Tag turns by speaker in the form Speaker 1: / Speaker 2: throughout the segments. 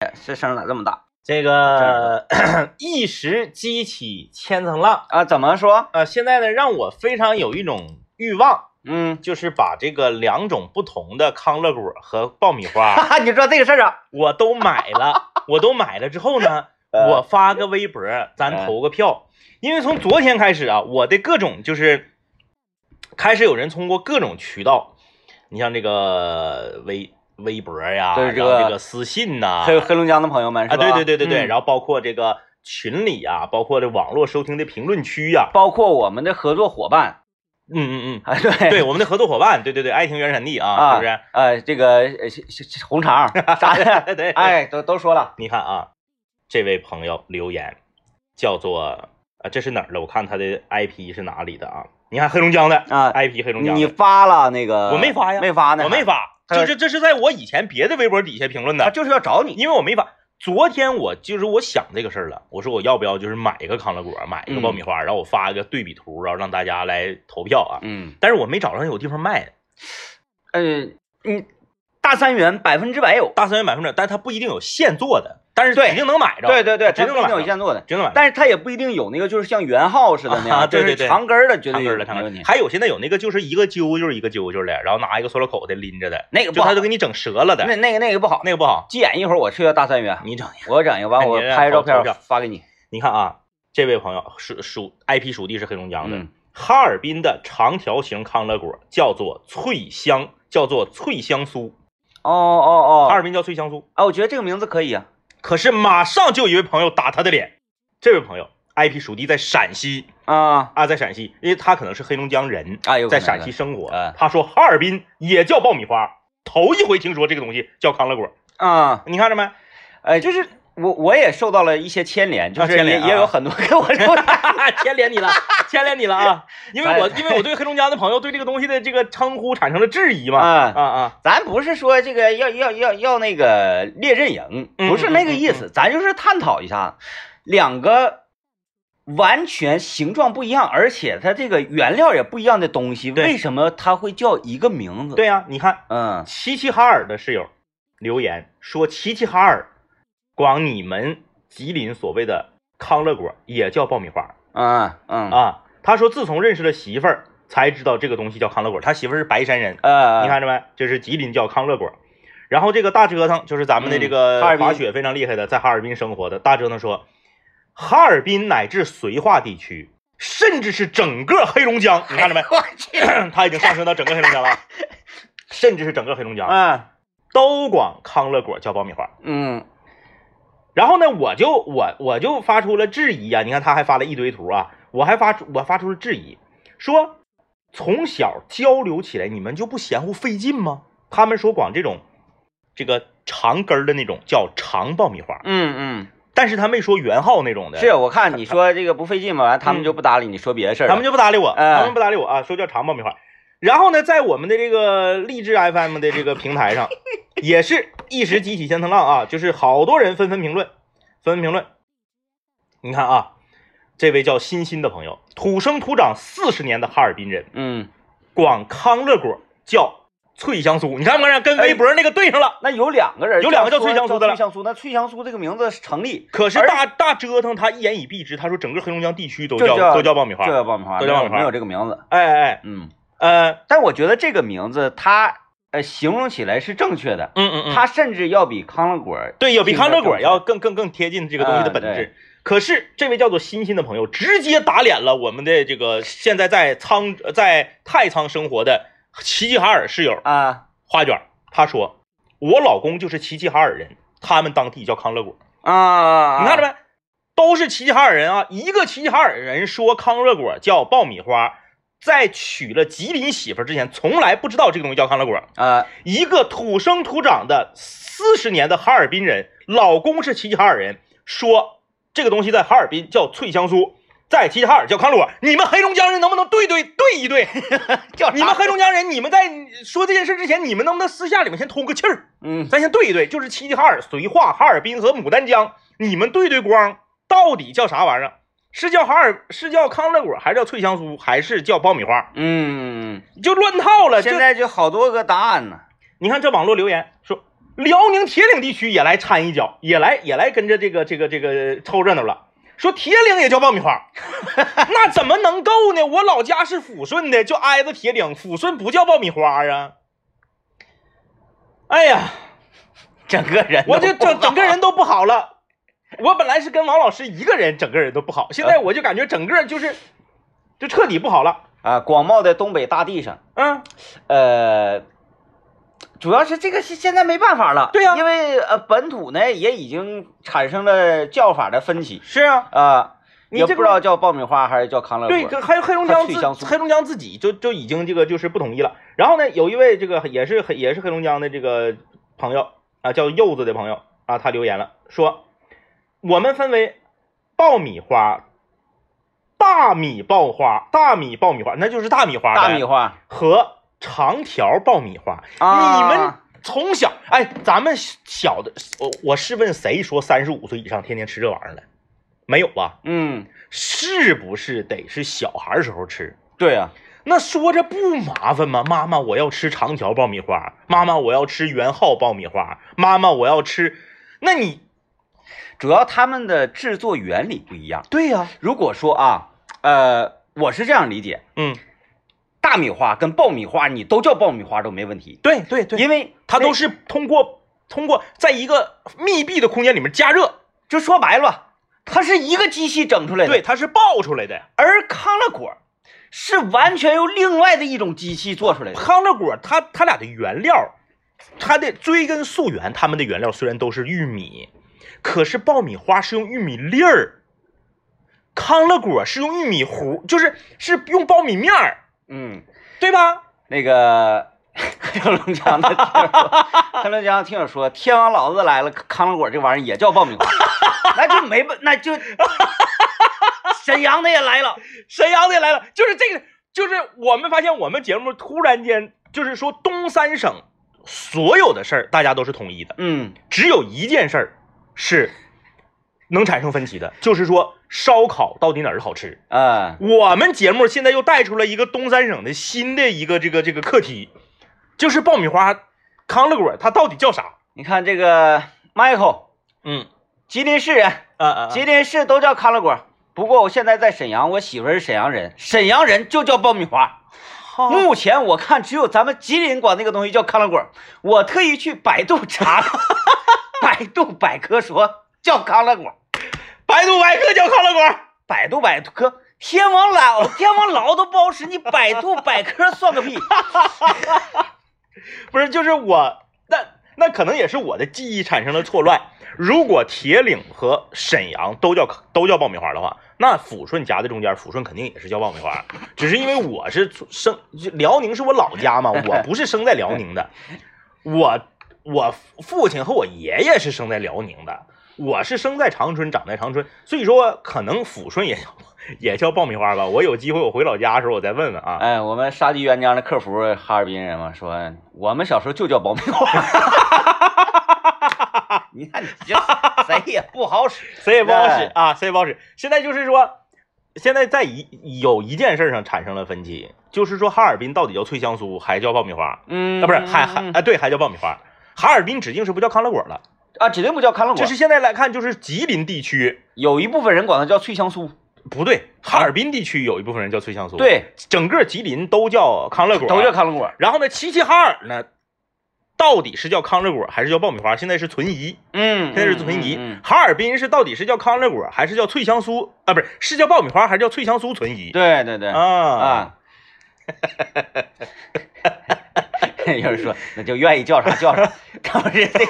Speaker 1: 这哎声咋这么大
Speaker 2: 这个 一时激起千层浪
Speaker 1: 啊？怎么说？
Speaker 2: 啊、呃现在呢，让我非常有一种欲望，
Speaker 1: 嗯，
Speaker 2: 就是把这个两种不同的康乐果和爆米
Speaker 1: 哈
Speaker 2: 花
Speaker 1: 哈，你说这个事儿啊？
Speaker 2: 我都买了，我都买了之后呢，
Speaker 1: 呃
Speaker 2: 我发个微博，咱投个票，因为从昨天开始啊，我的各种就是开始有人通过各种渠道，你像这个微微博呀，
Speaker 1: 对
Speaker 2: 然后
Speaker 1: 这
Speaker 2: 这
Speaker 1: 个
Speaker 2: 个私信呐、
Speaker 1: 还有黑龙江的朋友们是
Speaker 2: 啊，
Speaker 1: 吧？
Speaker 2: 对对对对对，
Speaker 1: 嗯
Speaker 2: 然后包括这个群里啊，包括这网络收听的评论区啊呀、
Speaker 1: 包括我们的合作伙伴，
Speaker 2: 嗯嗯
Speaker 1: 啊，对
Speaker 2: 嗯， 对，我们的合作伙伴，对对对，爱听原产地啊，
Speaker 1: 啊，
Speaker 2: 是不是？
Speaker 1: 呃，这个呃西西西红肠 儿啥的，
Speaker 2: 对对，
Speaker 1: 哎，都都说了，
Speaker 2: 你看啊，这位朋友留言叫做啊，这是哪儿的？我看他的 IP 是哪里的啊？你看黑龙江的
Speaker 1: 啊
Speaker 2: IP 哎黑龙江的
Speaker 1: 你发了那个？
Speaker 2: 我没发呀
Speaker 1: 没发呢，
Speaker 2: 我没发，
Speaker 1: 他
Speaker 2: 这这这是在我以前别的微博底下评论
Speaker 1: 还，他
Speaker 2: 的，
Speaker 1: 就是要找你。
Speaker 2: 因为我没发。昨天我就是我想这个事儿了，我说我要不要就是买一个康乐果，买一个爆米花，然后我发一个对比图，然后让大家来投票啊。
Speaker 1: 嗯，
Speaker 2: 但是我没找着有地方卖，
Speaker 1: 呃，嗯，大三元百分之百有，
Speaker 2: 大三元百分之百，但它不一定有现做的，但是
Speaker 1: 对
Speaker 2: 指定能买着，
Speaker 1: 对对对，
Speaker 2: 指
Speaker 1: 它
Speaker 2: 定
Speaker 1: 不一
Speaker 2: 能买
Speaker 1: 定有
Speaker 2: 着，
Speaker 1: 现做的，
Speaker 2: 指定能买着。
Speaker 1: 但是它也不一定有那个就是像元号似的那
Speaker 2: 啊
Speaker 1: 样，就
Speaker 2: 对对
Speaker 1: 是
Speaker 2: 对
Speaker 1: 长根儿的，绝
Speaker 2: 长
Speaker 1: 对
Speaker 2: 根
Speaker 1: 有
Speaker 2: 儿的，长
Speaker 1: 没
Speaker 2: 根儿
Speaker 1: 问题
Speaker 2: 还有现在有那个就是一个揪就是一个揪揪的，然后拿一个塑料口袋拎着的，
Speaker 1: 那个不
Speaker 2: 就
Speaker 1: 好
Speaker 2: 他都给你整折了的，
Speaker 1: 那那个那个不好，
Speaker 2: 那个不好。
Speaker 1: 急眼一会儿我去大三元，
Speaker 2: 你整，
Speaker 1: 我整一个完我
Speaker 2: 哎嗯你
Speaker 1: 拍照
Speaker 2: 投
Speaker 1: 片
Speaker 2: 票
Speaker 1: 发给你。
Speaker 2: 你看啊，这位朋友属属 IP 属地是黑龙江的，
Speaker 1: 嗯，
Speaker 2: 哈尔滨的长条形康乐果叫做脆香，叫做脆香酥，
Speaker 1: 哦哦哦，
Speaker 2: 哈尔滨叫脆香酥。
Speaker 1: 啊，我觉得这个名字可以啊。
Speaker 2: 可是马上就有一位朋友打他的脸，这位朋友 IP 属地在陕西
Speaker 1: 啊
Speaker 2: 啊，在陕西，因为他可能是黑龙江人，
Speaker 1: 啊，有可
Speaker 2: 在
Speaker 1: 能
Speaker 2: 陕西，生活
Speaker 1: 哎，
Speaker 2: 他说哈尔滨也叫爆米花，头一回听说这个东西叫康乐果。
Speaker 1: 啊，
Speaker 2: 你看着没？
Speaker 1: 哎，就是我我也受到了一些牵连，就
Speaker 2: 啊
Speaker 1: 是
Speaker 2: 牵
Speaker 1: 也
Speaker 2: 连啊
Speaker 1: 也有很多给我啊留 言
Speaker 2: 牵连你了，牵连你了啊！ 因为我因为我对黑龙江的朋友对这个东西的这个称呼产生了质疑嘛。
Speaker 1: 啊
Speaker 2: 啊啊！
Speaker 1: 咱不是说这个要要要要那个列阵营，
Speaker 2: 嗯
Speaker 1: 不是那个意思，咱就是探讨一下两个完全形状不一样，而且它这个原料也不一样的东西，
Speaker 2: 对
Speaker 1: 为什么它会叫一个名字？，
Speaker 2: 对呀、你看
Speaker 1: 嗯，
Speaker 2: 齐齐哈尔的室友留言说，齐齐哈尔光你们吉林所谓的康乐果也叫爆米花
Speaker 1: 嗯嗯
Speaker 2: 啊。他说自从认识了媳妇儿，才知道这个东西叫康乐果。他媳妇儿是白山人，
Speaker 1: 呃，
Speaker 2: 你看着没？这是吉林叫康乐果。然后这个大折腾就是咱们的这
Speaker 1: 嗯
Speaker 2: 个
Speaker 1: 哈尔滨
Speaker 2: 滑雪非常厉害的，在哈尔滨生活的大折腾说，哈尔滨乃至绥化地区，甚至是整个黑龙江，你看着没？
Speaker 1: 我去，
Speaker 2: 他已经上升到整个黑龙江了，啊甚至是整个黑龙江
Speaker 1: 嗯
Speaker 2: 都管康乐果叫爆米花。
Speaker 1: 嗯
Speaker 2: 然后呢，我就我我就发出了质疑啊！你看他还发了一堆图啊，我还发出我发出了质疑，说从小交流起来你们就不嫌乎费劲吗？他们说管这种这个长根儿的那种叫长爆米花，
Speaker 1: 嗯嗯。
Speaker 2: 但是他没说圆号那种的，
Speaker 1: 是我看你说这个不费劲嘛，完他们就不搭理你，说别的事儿了。
Speaker 2: 嗯他们就不搭理我，
Speaker 1: 哎
Speaker 2: 他们不搭理我啊，说叫长爆米花。然后呢，在我们的这个励志 FM 的这个平台上，也是一时激起千层浪啊，就是好多人纷纷评论，纷纷评论。你看啊，这位叫欣欣的朋友，土生土长四十年的哈尔滨人，
Speaker 1: 嗯，
Speaker 2: 广康乐果叫脆香酥，你看不看？跟微博那个对上了。
Speaker 1: 那有两个人，
Speaker 2: 有两个叫
Speaker 1: 说
Speaker 2: 脆香酥的了
Speaker 1: 脆香酥，那脆香酥这个名字成立，
Speaker 2: 可是
Speaker 1: 而
Speaker 2: 大大折腾，他一言以蔽之，他说整个黑龙江地区都
Speaker 1: 哎就
Speaker 2: 叫
Speaker 1: 叫
Speaker 2: 都叫爆米花
Speaker 1: 这。个爆米花
Speaker 2: 都叫爆米花
Speaker 1: 没有这个名字。
Speaker 2: 哎哎哎，
Speaker 1: 嗯，
Speaker 2: 呃，
Speaker 1: 但我觉得这个名字它呃形容起来是正确的，
Speaker 2: 嗯嗯嗯，
Speaker 1: 它甚至要比康乐果儿
Speaker 2: 对，要比
Speaker 1: 这个
Speaker 2: 康乐果
Speaker 1: 更
Speaker 2: 要更更更贴近这个东西的本
Speaker 1: 嗯
Speaker 2: 质
Speaker 1: 对。
Speaker 2: 可是这位叫做欣欣的朋友直接打脸了我们的这个现在在苍呃在太仓生活的齐齐哈尔室友
Speaker 1: 啊
Speaker 2: 花卷儿，他说我老公就是齐齐哈尔人，他们当地叫康乐果，
Speaker 1: 啊，
Speaker 2: 你看着
Speaker 1: 没？
Speaker 2: 没？都是齐齐哈尔人啊，一个齐齐哈尔人说康乐果叫爆米花，在娶了吉林媳妇儿之前，从来不知道这个东西叫康乐果。
Speaker 1: 啊，
Speaker 2: 一个土生土长的四十年的哈尔滨人，老公是齐齐哈尔人，说这个东西在哈尔滨叫脆香酥，在齐齐哈尔叫康乐果。你们黑龙江人能不能对对对一对？
Speaker 1: 叫啥
Speaker 2: 你们黑龙江人，你们在说这件事之前，你们能不能私下里面先通个气儿？
Speaker 1: 嗯
Speaker 2: 咱先对一对，就是齐齐哈尔、绥化、哈尔滨和牡丹江，你们对对光，到底叫啥玩意儿？是叫哈尔，是叫康乐果，还是叫脆香酥，还是叫爆米花？
Speaker 1: 嗯，
Speaker 2: 呃就乱套了。这
Speaker 1: 现在就好多个答案呢。
Speaker 2: 你看这网络留言说，辽宁铁岭地区也来掺一脚，也来也来跟着这个这个这个凑热闹了。说铁岭也叫爆米花， 那怎么能够呢？我老家是抚顺的，就挨着铁岭，抚顺不叫爆米花啊。哎呀，
Speaker 1: 整个人
Speaker 2: 我这
Speaker 1: 都不
Speaker 2: 整整个人都不好了。我本来是跟王老师一个人，整个人都不好，现在我就感觉整个就是就彻底不好了。
Speaker 1: 啊，广袤的东北大地上，
Speaker 2: 嗯，
Speaker 1: 呃，主要是这个现现在没办法了，
Speaker 2: 对呀
Speaker 1: 因为呃本土呢也已经产生了叫法的分歧
Speaker 2: 是啊，
Speaker 1: 啊，
Speaker 2: 你
Speaker 1: 也
Speaker 2: 这
Speaker 1: 不
Speaker 2: 个
Speaker 1: 知道叫爆米花还是叫康乐锅，
Speaker 2: 对，这还有黑龙江
Speaker 1: 啊它去乡
Speaker 2: 自
Speaker 1: 村
Speaker 2: 黑龙江自己就就已经这个就是不统一了。然后呢，有一位这个也是黑也是黑龙江的这个朋友啊，叫柚子的朋友啊，他留言了，说我们分为爆米花、大米爆花、大米爆米花，那就是大米花呗，
Speaker 1: 大米花，
Speaker 2: 和长条爆米花。
Speaker 1: 啊
Speaker 2: 你们从小哎，咱们小的，我我试问谁说三十五岁以上天天吃这玩意儿的？没有吧？
Speaker 1: 嗯，
Speaker 2: 是不是得是小孩儿时候吃？
Speaker 1: 对啊呀、
Speaker 2: 那说着不麻烦吗？妈妈，我要吃长条爆米花。妈妈，我要吃元昊爆米花。妈妈，我要吃。那你
Speaker 1: 主要他们的制作原理不一样。
Speaker 2: 对呀、
Speaker 1: 如果说啊，呃，我是这样理解，
Speaker 2: 嗯，
Speaker 1: 大米花跟爆米花你都叫爆米花都没问题，
Speaker 2: 对对对，
Speaker 1: 因为
Speaker 2: 它
Speaker 1: 那
Speaker 2: 都是通过通过在一个密闭的空间里面加热，
Speaker 1: 就说白了吧，它是一个机器整出来的，
Speaker 2: 对，，它是爆出来的。
Speaker 1: 而康乐果是完全由另外的一种机器做出来 的。
Speaker 2: 康乐果它它俩的原料，它的追根溯源，它们的原料虽然都是玉米，可是爆米花是用玉米粒儿，康乐果是用玉米糊，就是是用苞米面儿，
Speaker 1: 嗯，
Speaker 2: 对吧？
Speaker 1: 那个 黑龙江的听友说，黑龙江听友说，天王老子来了，康乐果这玩意儿也叫爆米花，那就没办，那就沈阳的也来了。
Speaker 2: 沈阳的也来了，就是这个，就是我们发现我们节目突然间就是说东三省所有的事儿大家都是统一的，
Speaker 1: 嗯，
Speaker 2: 只有一件事儿是能产生分歧的，就是说烧烤到底哪儿好吃。
Speaker 1: 啊、
Speaker 2: 我们节目现在又带出了一个东三省的新的一个这个这个课题，就是爆米花康乐果它到底叫啥？
Speaker 1: 你看这个 Michael，
Speaker 2: 嗯
Speaker 1: 吉林市人，
Speaker 2: 啊啊
Speaker 1: 吉林市都叫康乐果。不过我现在在沈阳，我媳妇儿是沈阳人，沈阳人就叫爆米花。
Speaker 2: 嗯
Speaker 1: 目前我看只有咱们吉林管那个东西叫康乐果，我特意去百度 查，百度百科说叫康乐果，
Speaker 2: 百度百科叫康乐果，
Speaker 1: 百度百科天王 老天王老都不好使，你百度百科算 个屁！
Speaker 2: 不是就是我那那可能也是我的记忆产生了错乱。如果铁岭和沈阳都叫都叫爆米花的话，那抚顺夹在中间，抚顺肯定也是叫爆米花，只是因为我是生辽宁是我老家嘛，我不是生在辽宁的，我我父亲和我爷爷是生在辽宁的，我是生在长春，长在长春，所以说可能抚顺也叫也叫爆米花吧。我有机会我回老家的时候我再问问啊。
Speaker 1: 哎，我们杀鸡原浆的客服哈尔滨人嘛，说我们小时候就叫爆米 花。你看你这谁也不好使，
Speaker 2: 谁也不好使
Speaker 1: 哎
Speaker 2: 啊，谁也不好使。现在就是说，现在在一有一件事上产生了分歧，就是说哈尔滨到底叫脆香酥还叫爆米花？
Speaker 1: 嗯
Speaker 2: 啊，不是，还还啊，对，还叫爆米花。哈尔滨指定是不叫康乐果了，
Speaker 1: 啊，指定不叫康乐果，
Speaker 2: 就是现在来看，就是吉林地区
Speaker 1: 有一部分人管它叫脆香酥，
Speaker 2: 不对，哈尔滨地区有一部分人叫脆香酥，，
Speaker 1: 啊对，
Speaker 2: 整个吉林都叫康乐果，
Speaker 1: 都叫。康乐果。
Speaker 2: 然后呢，齐齐哈尔呢，到底是叫康乐果还是叫爆米花？现在是存疑。
Speaker 1: 嗯，
Speaker 2: 现在是
Speaker 1: 嗯
Speaker 2: 存疑。
Speaker 1: 嗯嗯
Speaker 2: 哈尔滨是到底是叫康乐果还是叫脆香酥啊？不是，是叫爆米花还是叫脆香酥？存疑。
Speaker 1: 对对对，
Speaker 2: 啊
Speaker 1: 啊， 有人说那就愿意叫啥叫啥，当时这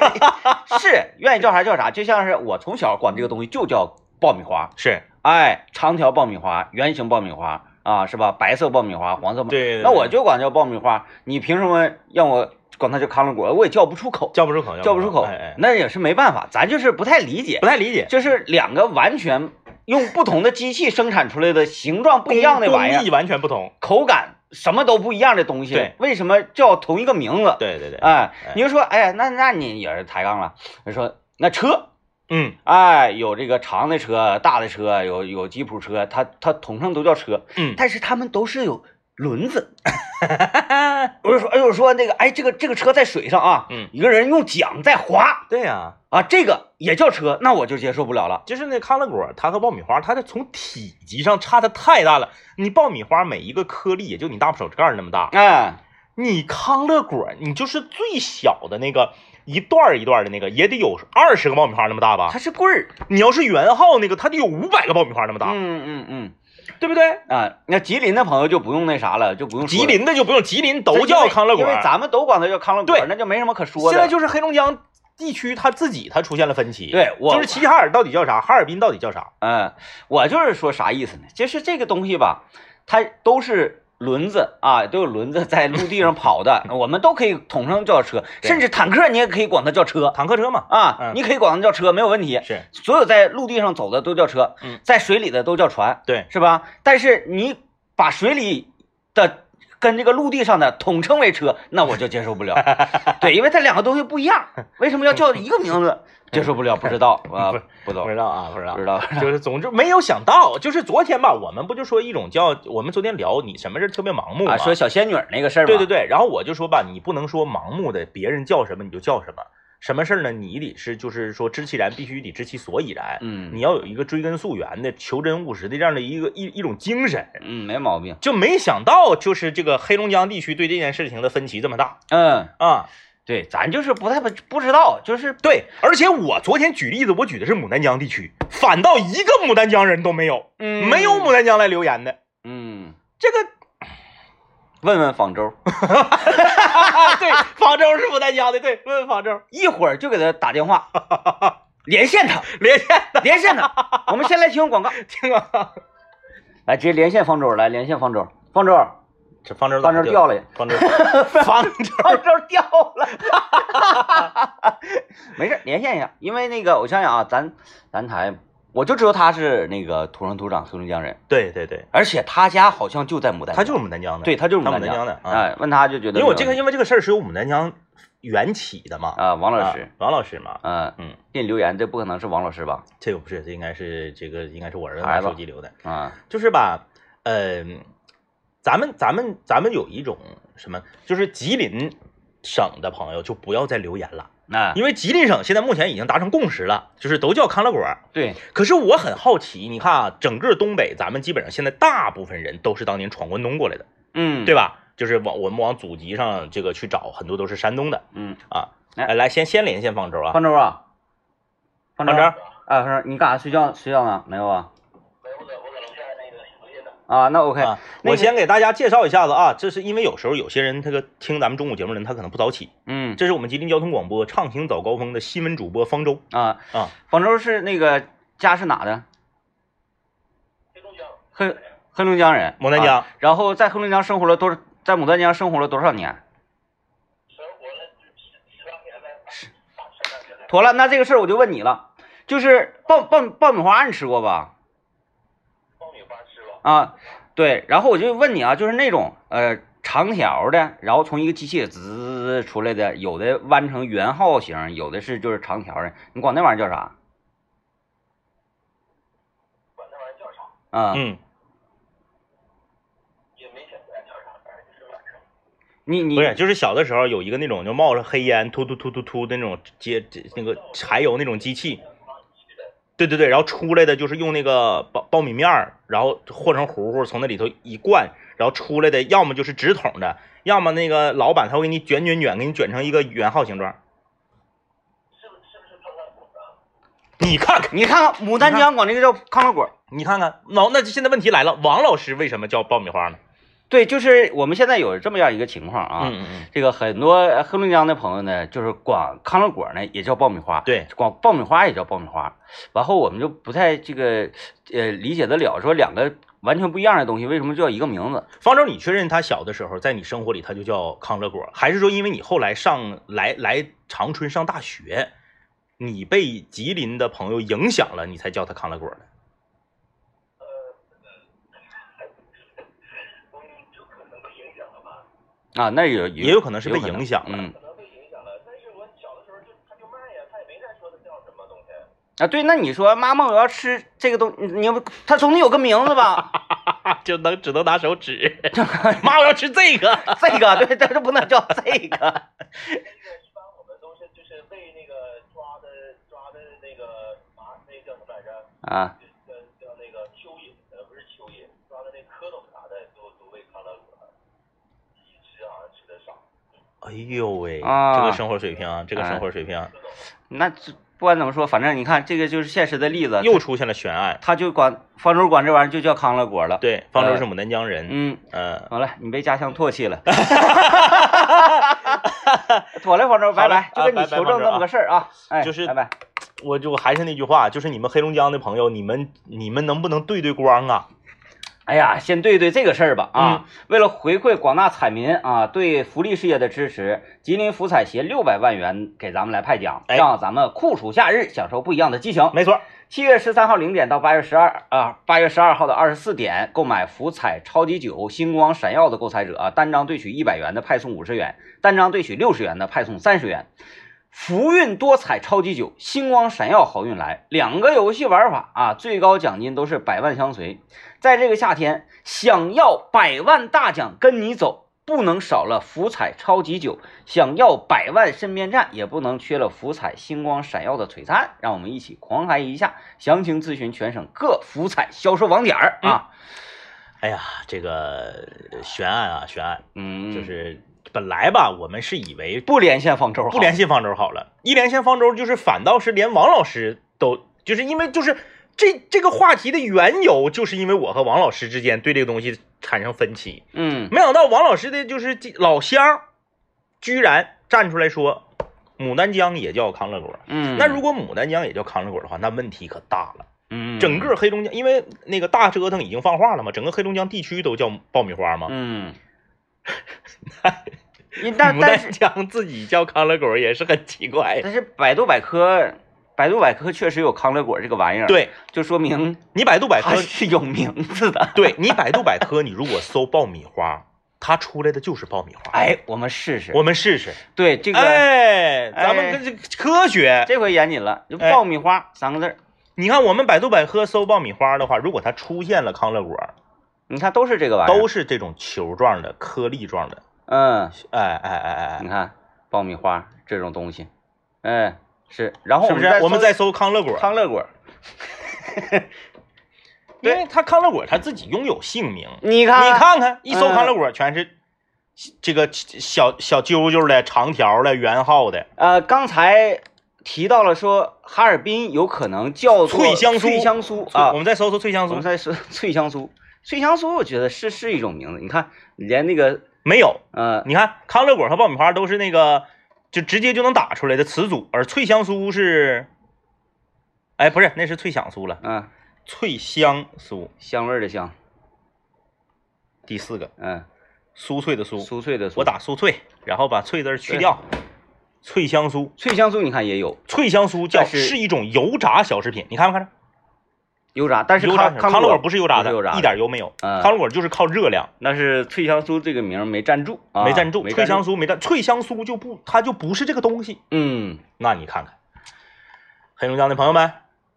Speaker 1: 是愿意叫啥叫啥，就像是我从小管这个东西就叫爆米花，
Speaker 2: 是
Speaker 1: 哎，长条爆米花、圆形爆米花啊，是吧？白色爆米花、黄色爆米花，
Speaker 2: 对对对
Speaker 1: 那我就管叫爆米花，你凭什么让我管它叫康乐果？我也叫不出口，
Speaker 2: 叫不出口，
Speaker 1: 叫不出口
Speaker 2: 哎哎，，
Speaker 1: 那也是没办法，咱就是不太理解
Speaker 2: 不，太理解。
Speaker 1: 就是两个完全用不同的机器生产出来的形状不一样的玩意
Speaker 2: 工
Speaker 1: 儿
Speaker 2: 艺，完全不同。
Speaker 1: 口感什么都不一样的东西
Speaker 2: 对，
Speaker 1: 为什么叫同一个名字？
Speaker 2: 对对对，
Speaker 1: 哎
Speaker 2: 哎，
Speaker 1: 你就说，哎呀，那那你也是抬杠了。你说那车，
Speaker 2: 嗯
Speaker 1: 哎，有这个长的车、大的车，有有吉普车，它它统称都叫车，
Speaker 2: 嗯，
Speaker 1: 但是它们都是有轮子。 我就说，哎呦，说那个，哎，这个这个车在水上啊，
Speaker 2: 嗯
Speaker 1: 一个人用桨在划
Speaker 2: 对呀、
Speaker 1: 啊，这个也叫车，那我就接受不了了。
Speaker 2: 就是那康乐果，它和爆米花，它的从体积上差的太大了。你爆米花每一个颗粒也就你大手指盖儿那么大，
Speaker 1: 哎，
Speaker 2: 你康乐果，你就是最小的那个一段儿一段儿的那个，也得有二十个爆米花那么大吧
Speaker 1: 它？是棍儿。
Speaker 2: 你要是圆号那个，它得有五百个爆米花那么大，
Speaker 1: 嗯嗯嗯
Speaker 2: 对不对？
Speaker 1: 啊，那吉林的朋友就不用那啥了，就不用说
Speaker 2: 吉
Speaker 1: 了
Speaker 2: 林的就不用，吉林
Speaker 1: 这
Speaker 2: 都
Speaker 1: 因为
Speaker 2: 叫康乐果
Speaker 1: 因。为咱们都管它叫康乐果，
Speaker 2: 对
Speaker 1: 那就没什么可说的。
Speaker 2: 现在就是黑龙江地区它自己它出现了分歧，，
Speaker 1: 对我
Speaker 2: 就是齐齐哈尔到底叫啥，哈尔滨到底叫啥？
Speaker 1: 嗯，我就是说啥意思呢？就是这个东西吧，它都是轮子啊，都有轮子在陆地上跑 的，我们都可以统称叫车，
Speaker 2: 对
Speaker 1: 甚至坦克你也可以管它叫车
Speaker 2: 坦克车嘛，
Speaker 1: 啊，
Speaker 2: 嗯
Speaker 1: 你可以管它叫车，没有问题。
Speaker 2: 是
Speaker 1: 所有在陆地上走的都叫车，
Speaker 2: 嗯
Speaker 1: 在水里的都叫船，
Speaker 2: 对，
Speaker 1: 是吧？但是你把水里的跟这个陆地上的统称为车，那我就接受不 了。对，因为它两个东西不一样，为什么要叫一个名 字？接受不了，不知道啊，不懂
Speaker 2: 不，知道啊，不知道
Speaker 1: 不。知道。
Speaker 2: 就是总之没有想到，就是昨天吧，我们不就说一种叫我们昨天聊你什么事儿特别盲目嘛、
Speaker 1: 啊，说小仙女儿那个事儿嘛，
Speaker 2: 对对对，然后我就说吧，你不能说盲目的，别人叫什么你就叫什么，什么事儿呢？你得是就是说知其然，必须得知其所以然，
Speaker 1: 嗯，
Speaker 2: 你要有一个追根溯源的、求真务实的这样的一个一一种精神。
Speaker 1: 嗯，没毛病。
Speaker 2: 就没想到，就是这个黑龙江地区对这件事情的分歧这么大
Speaker 1: 嗯，
Speaker 2: 啊！
Speaker 1: 对，咱就是不太不不知道，就是
Speaker 2: 对，而且我昨天举例子，我举的是牡丹江地区，反倒一个牡丹江人都没有，
Speaker 1: 嗯
Speaker 2: 没有牡丹江来留言的。
Speaker 1: 嗯，
Speaker 2: 这个
Speaker 1: 问问方舟，
Speaker 2: 啊，对，方舟是牡丹江的，对，问问方舟，
Speaker 1: 一会儿就给他打电 话，连线他，
Speaker 2: 连线的，
Speaker 1: 连线他。我们先来听 广告，
Speaker 2: 听啊，
Speaker 1: 来直接连线方舟，来连线方舟，方舟，
Speaker 2: 这方舟
Speaker 1: 方舟掉
Speaker 2: 了，
Speaker 1: 了，
Speaker 2: 方舟，方舟，
Speaker 1: 方舟掉了， 没事，连线一下，因为那个我想想啊，咱咱台我就知道他是那个土生土长黑龙江人，
Speaker 2: 对对对，
Speaker 1: 而且他家好像就在牡丹江，
Speaker 2: 他就是牡丹江的，
Speaker 1: 对，他就是
Speaker 2: 他
Speaker 1: 牡
Speaker 2: 丹
Speaker 1: 江
Speaker 2: 的啊，
Speaker 1: 哎，问他就觉
Speaker 2: 因
Speaker 1: 得
Speaker 2: 为我这个
Speaker 1: 没有
Speaker 2: 因为这个事儿是由牡丹江缘起的嘛，
Speaker 1: 啊，王老师
Speaker 2: 啊，王老师嘛，
Speaker 1: 嗯
Speaker 2: 嗯，
Speaker 1: 给你留言，这不可能是王老师吧？
Speaker 2: 这个不是，这应该是这个应该是我儿子
Speaker 1: 孩
Speaker 2: 拿
Speaker 1: 子
Speaker 2: 手机留的，
Speaker 1: 啊，
Speaker 2: 就是吧，嗯、咱们咱们咱们有一种什么，就是吉林省的朋友就不要再留言了，
Speaker 1: 那
Speaker 2: 因为吉林省现在目前已经达成共识了，就是都叫康乐果。
Speaker 1: 对，
Speaker 2: 可是我很好奇，你看啊，整个东北，咱们基本上现在大部分人都是当年闯关东过来的，
Speaker 1: 嗯，
Speaker 2: 对，吧？就是往我们往祖籍上这个去找，很多都是山东的
Speaker 1: 嗯，
Speaker 2: 啊。
Speaker 1: 哎
Speaker 2: 哎，来，先先连线方舟啊，
Speaker 1: 方舟啊，方舟，
Speaker 2: 方
Speaker 1: 啊
Speaker 2: 舟，，
Speaker 1: 方舟，你干啥？睡觉睡觉呢？没有啊？没有，我搁我搁楼下那个写作业呢。啊，那 OK，
Speaker 2: 啊，
Speaker 1: 那
Speaker 2: 我
Speaker 1: 个
Speaker 2: 先给大家介绍一下子啊，这是因为有时候有些人他个听咱们中午节目的人他可能不早起，
Speaker 1: 嗯，
Speaker 2: 这是我们吉林交通广播畅行早高峰的新闻主播方舟
Speaker 1: 啊，
Speaker 2: 啊，
Speaker 1: 方舟是那个家是哪的？黑龙江。黑黑龙江人，
Speaker 2: 牡丹江
Speaker 1: 啊然后在黑龙江生活了多，在牡丹江生活了多少年？妥了，那这个事儿我就问你了，就是爆爆爆米花你吃过吧？爆米花吃过啊，对，然后我就问你啊，就是那种呃长条的，然后从一个机器里滋出来的，有的弯成圆号形，有的是就是长条的，你管那玩意儿叫啥？管那玩意儿叫啥？啊，
Speaker 2: 嗯，
Speaker 1: 你你
Speaker 2: 不是，就是小的时候有一个那种就冒着黑烟突突突突突的那种接那个柴油那种机器，对对对，然后出来的就是用那个苞苞米面儿，然后和成糊糊，从那里头一灌，然后出来的要么就是直筒的，要么那个老板他会给你卷卷卷，给你卷成一个圆号形状。你看看，
Speaker 1: 你看看牡丹江管这个叫康乐果，
Speaker 2: 你看看，老那现在问题来了，王老师为什么叫爆米花呢？
Speaker 1: 对，就是我们现在有这么样一个情况啊，
Speaker 2: 嗯嗯，
Speaker 1: 这个很多呃黑龙江的朋友呢，就是管康乐果呢也叫爆米花，，
Speaker 2: 对，
Speaker 1: 管爆米花也叫爆米花。然后我们就不太这个呃理解得了，说两个完全不一样的东西为什么叫一个名字？
Speaker 2: 方舟，你确认他小的时候在你生活里他就叫康乐果，还是说因为你后来上来来长春上大学，你被吉林的朋友影响了，你才叫他康乐果 的？
Speaker 1: 啊，那有
Speaker 2: 也有可能是被影响了。
Speaker 1: 嗯。啊，对，那你说妈妈，我要吃这个东，你你要不，它总得有个名字吧？
Speaker 2: 就能只能拿手 指。妈，我要吃这个。
Speaker 1: 这个对，但是不能叫这个。
Speaker 3: 一般我们都是就是喂那个抓的抓的那个麻那叫什么来着？
Speaker 1: 啊，
Speaker 3: 就叫叫那个蚯蚓，呃不是蚯蚓，抓的那蝌蚪啥的都都喂康乐果，鸡吃好像吃的少。
Speaker 2: 哎呦喂，
Speaker 1: 啊
Speaker 2: 这个生活水平啊，这个生活水平啊，
Speaker 1: 那这不管怎么说，反正你看这个就是现实的例子，
Speaker 2: 又出现了悬案。
Speaker 1: 他就管方舟管这玩意儿就叫康乐果了。，
Speaker 2: 对，方舟是牡丹江人。
Speaker 1: 嗯，
Speaker 2: 哎嗯，
Speaker 1: 好了，你被家乡唾弃 了。 妥了，方舟，拜拜，就
Speaker 2: 好了
Speaker 1: 跟你
Speaker 2: 啊拜拜
Speaker 1: 求证这么个事儿啊。哎，
Speaker 2: 就是
Speaker 1: 拜拜。
Speaker 2: 我就还是那句话，就是你们黑龙江的朋友，你们你们能不能对对光啊？
Speaker 1: 哎呀，先对对这个事儿吧
Speaker 2: 嗯
Speaker 1: 啊！为了回馈广大彩民啊对福利事业的支持，吉林福彩协六百万元给咱们来派奖，
Speaker 2: 哎
Speaker 1: 让咱们酷暑假日享受不一样的激情。
Speaker 2: 没错，
Speaker 1: 七月十三号零点到八月十二啊，八月十二号的二十四点购买福彩超级九星光闪耀的购彩者啊，单张兑取一百元的派送五十元，单张兑取六十元的派送三十元。福运多彩超级九，星光闪耀好运来，两个游戏玩法啊，最高奖金都是百万相随。在这个夏天，想要百万大奖跟你走，不能少了福彩超级九；想要百万身边站，也不能缺了福彩星光闪耀的璀璨。让我们一起狂嗨一下！详情咨询全省各福彩销售网点儿啊。
Speaker 2: 哎呀，这个呃悬案啊，悬案，
Speaker 1: 嗯，
Speaker 2: 就是本来吧，我们是以为
Speaker 1: 不连线方舟，
Speaker 2: 不联。系方舟好啊了，一连线方舟就是反倒是连王老师都就是因为就是这这个话题的缘由，就是因为我和王老师之间对这个东西产生分歧，
Speaker 1: 嗯，
Speaker 2: 没想到王老师的就是老乡，居然站出来说牡丹江也叫康乐果。
Speaker 1: 嗯，
Speaker 2: 那如果牡丹江也叫康乐果的话，那问题可大了。
Speaker 1: 嗯
Speaker 2: 整个黑龙江，因为那个大折腾已经放话了嘛，整个黑龙江地区都叫爆米花嘛。
Speaker 1: 嗯，但
Speaker 2: 牡
Speaker 1: 但
Speaker 2: 丹
Speaker 1: 是
Speaker 2: 江自己叫康乐果也是很奇怪。
Speaker 1: 但是百度百科，百度百科确实有康乐果这个玩意儿，，
Speaker 2: 对
Speaker 1: 就说明
Speaker 2: 你百度百
Speaker 1: 它
Speaker 2: 科，
Speaker 1: 是有名字的。
Speaker 2: 对你百度百科，你如果搜爆米花，它出来的就是爆米花。
Speaker 1: 哎，我们试试。
Speaker 2: 我们试试。
Speaker 1: 对这个、
Speaker 2: 哎，咱们跟这个科学，
Speaker 1: 这回严谨了，就
Speaker 2: 哎
Speaker 1: 爆米花三个字儿，
Speaker 2: 你看我们百度百科搜爆米花的话，如果它出现了康乐果，
Speaker 1: 你看都是这个玩意儿。
Speaker 2: 都是这种球状的、颗粒状的。
Speaker 1: 嗯，
Speaker 2: 哎哎哎哎
Speaker 1: 你
Speaker 2: 哎，
Speaker 1: 看爆米花这种东西，哎是，然后
Speaker 2: 是
Speaker 1: 我
Speaker 2: 不
Speaker 1: 们
Speaker 2: 是
Speaker 1: 再？
Speaker 2: 我们
Speaker 1: 搜
Speaker 2: 再搜康乐果，
Speaker 1: 康乐果，
Speaker 2: 因
Speaker 1: 嗯
Speaker 2: 为它康乐果它自己拥有姓名。
Speaker 1: 你看
Speaker 2: 你看看，一搜
Speaker 1: 嗯
Speaker 2: 康乐果全是这个小小揪揪的、长条的、圆号的。
Speaker 1: 呃，刚才提到了说哈尔滨有可能叫做
Speaker 2: 脆香酥
Speaker 1: 脆香酥啊，
Speaker 2: 我们再搜搜脆香
Speaker 1: 我们
Speaker 2: 酥，
Speaker 1: 再说脆香酥，脆香酥我觉得是是一种名字，你看连那个
Speaker 2: 没有。
Speaker 1: 呃
Speaker 2: 你看康乐果和爆米花都是那个就直接就能打出来的词组，而脆香酥是，哎，不是，那是脆响酥了，
Speaker 1: 嗯、呃
Speaker 2: 脆香酥
Speaker 1: 香味儿的香，
Speaker 2: 第四个
Speaker 1: 嗯、
Speaker 2: 酥脆的酥，
Speaker 1: 酥脆的酥，
Speaker 2: 我打酥脆，然后把脆字儿去掉，脆香酥，
Speaker 1: 脆香酥你看也有
Speaker 2: 脆香酥叫
Speaker 1: 但是
Speaker 2: 是一种油炸小食品，你看没看着？
Speaker 1: 油炸，但是
Speaker 2: 油炸
Speaker 1: 康
Speaker 2: 小康
Speaker 1: 乐
Speaker 2: 乐果不是油炸的，
Speaker 1: 油炸
Speaker 2: 一点油没有，
Speaker 1: 嗯
Speaker 2: 康乐果就是靠热量。
Speaker 1: 那是脆香酥这个名儿没站住，啊、
Speaker 2: 没站住，
Speaker 1: 没
Speaker 2: 脆香酥没站，脆香酥就不，它就不是这个东西。
Speaker 1: 嗯，
Speaker 2: 那你看看，黑龙江的朋友们，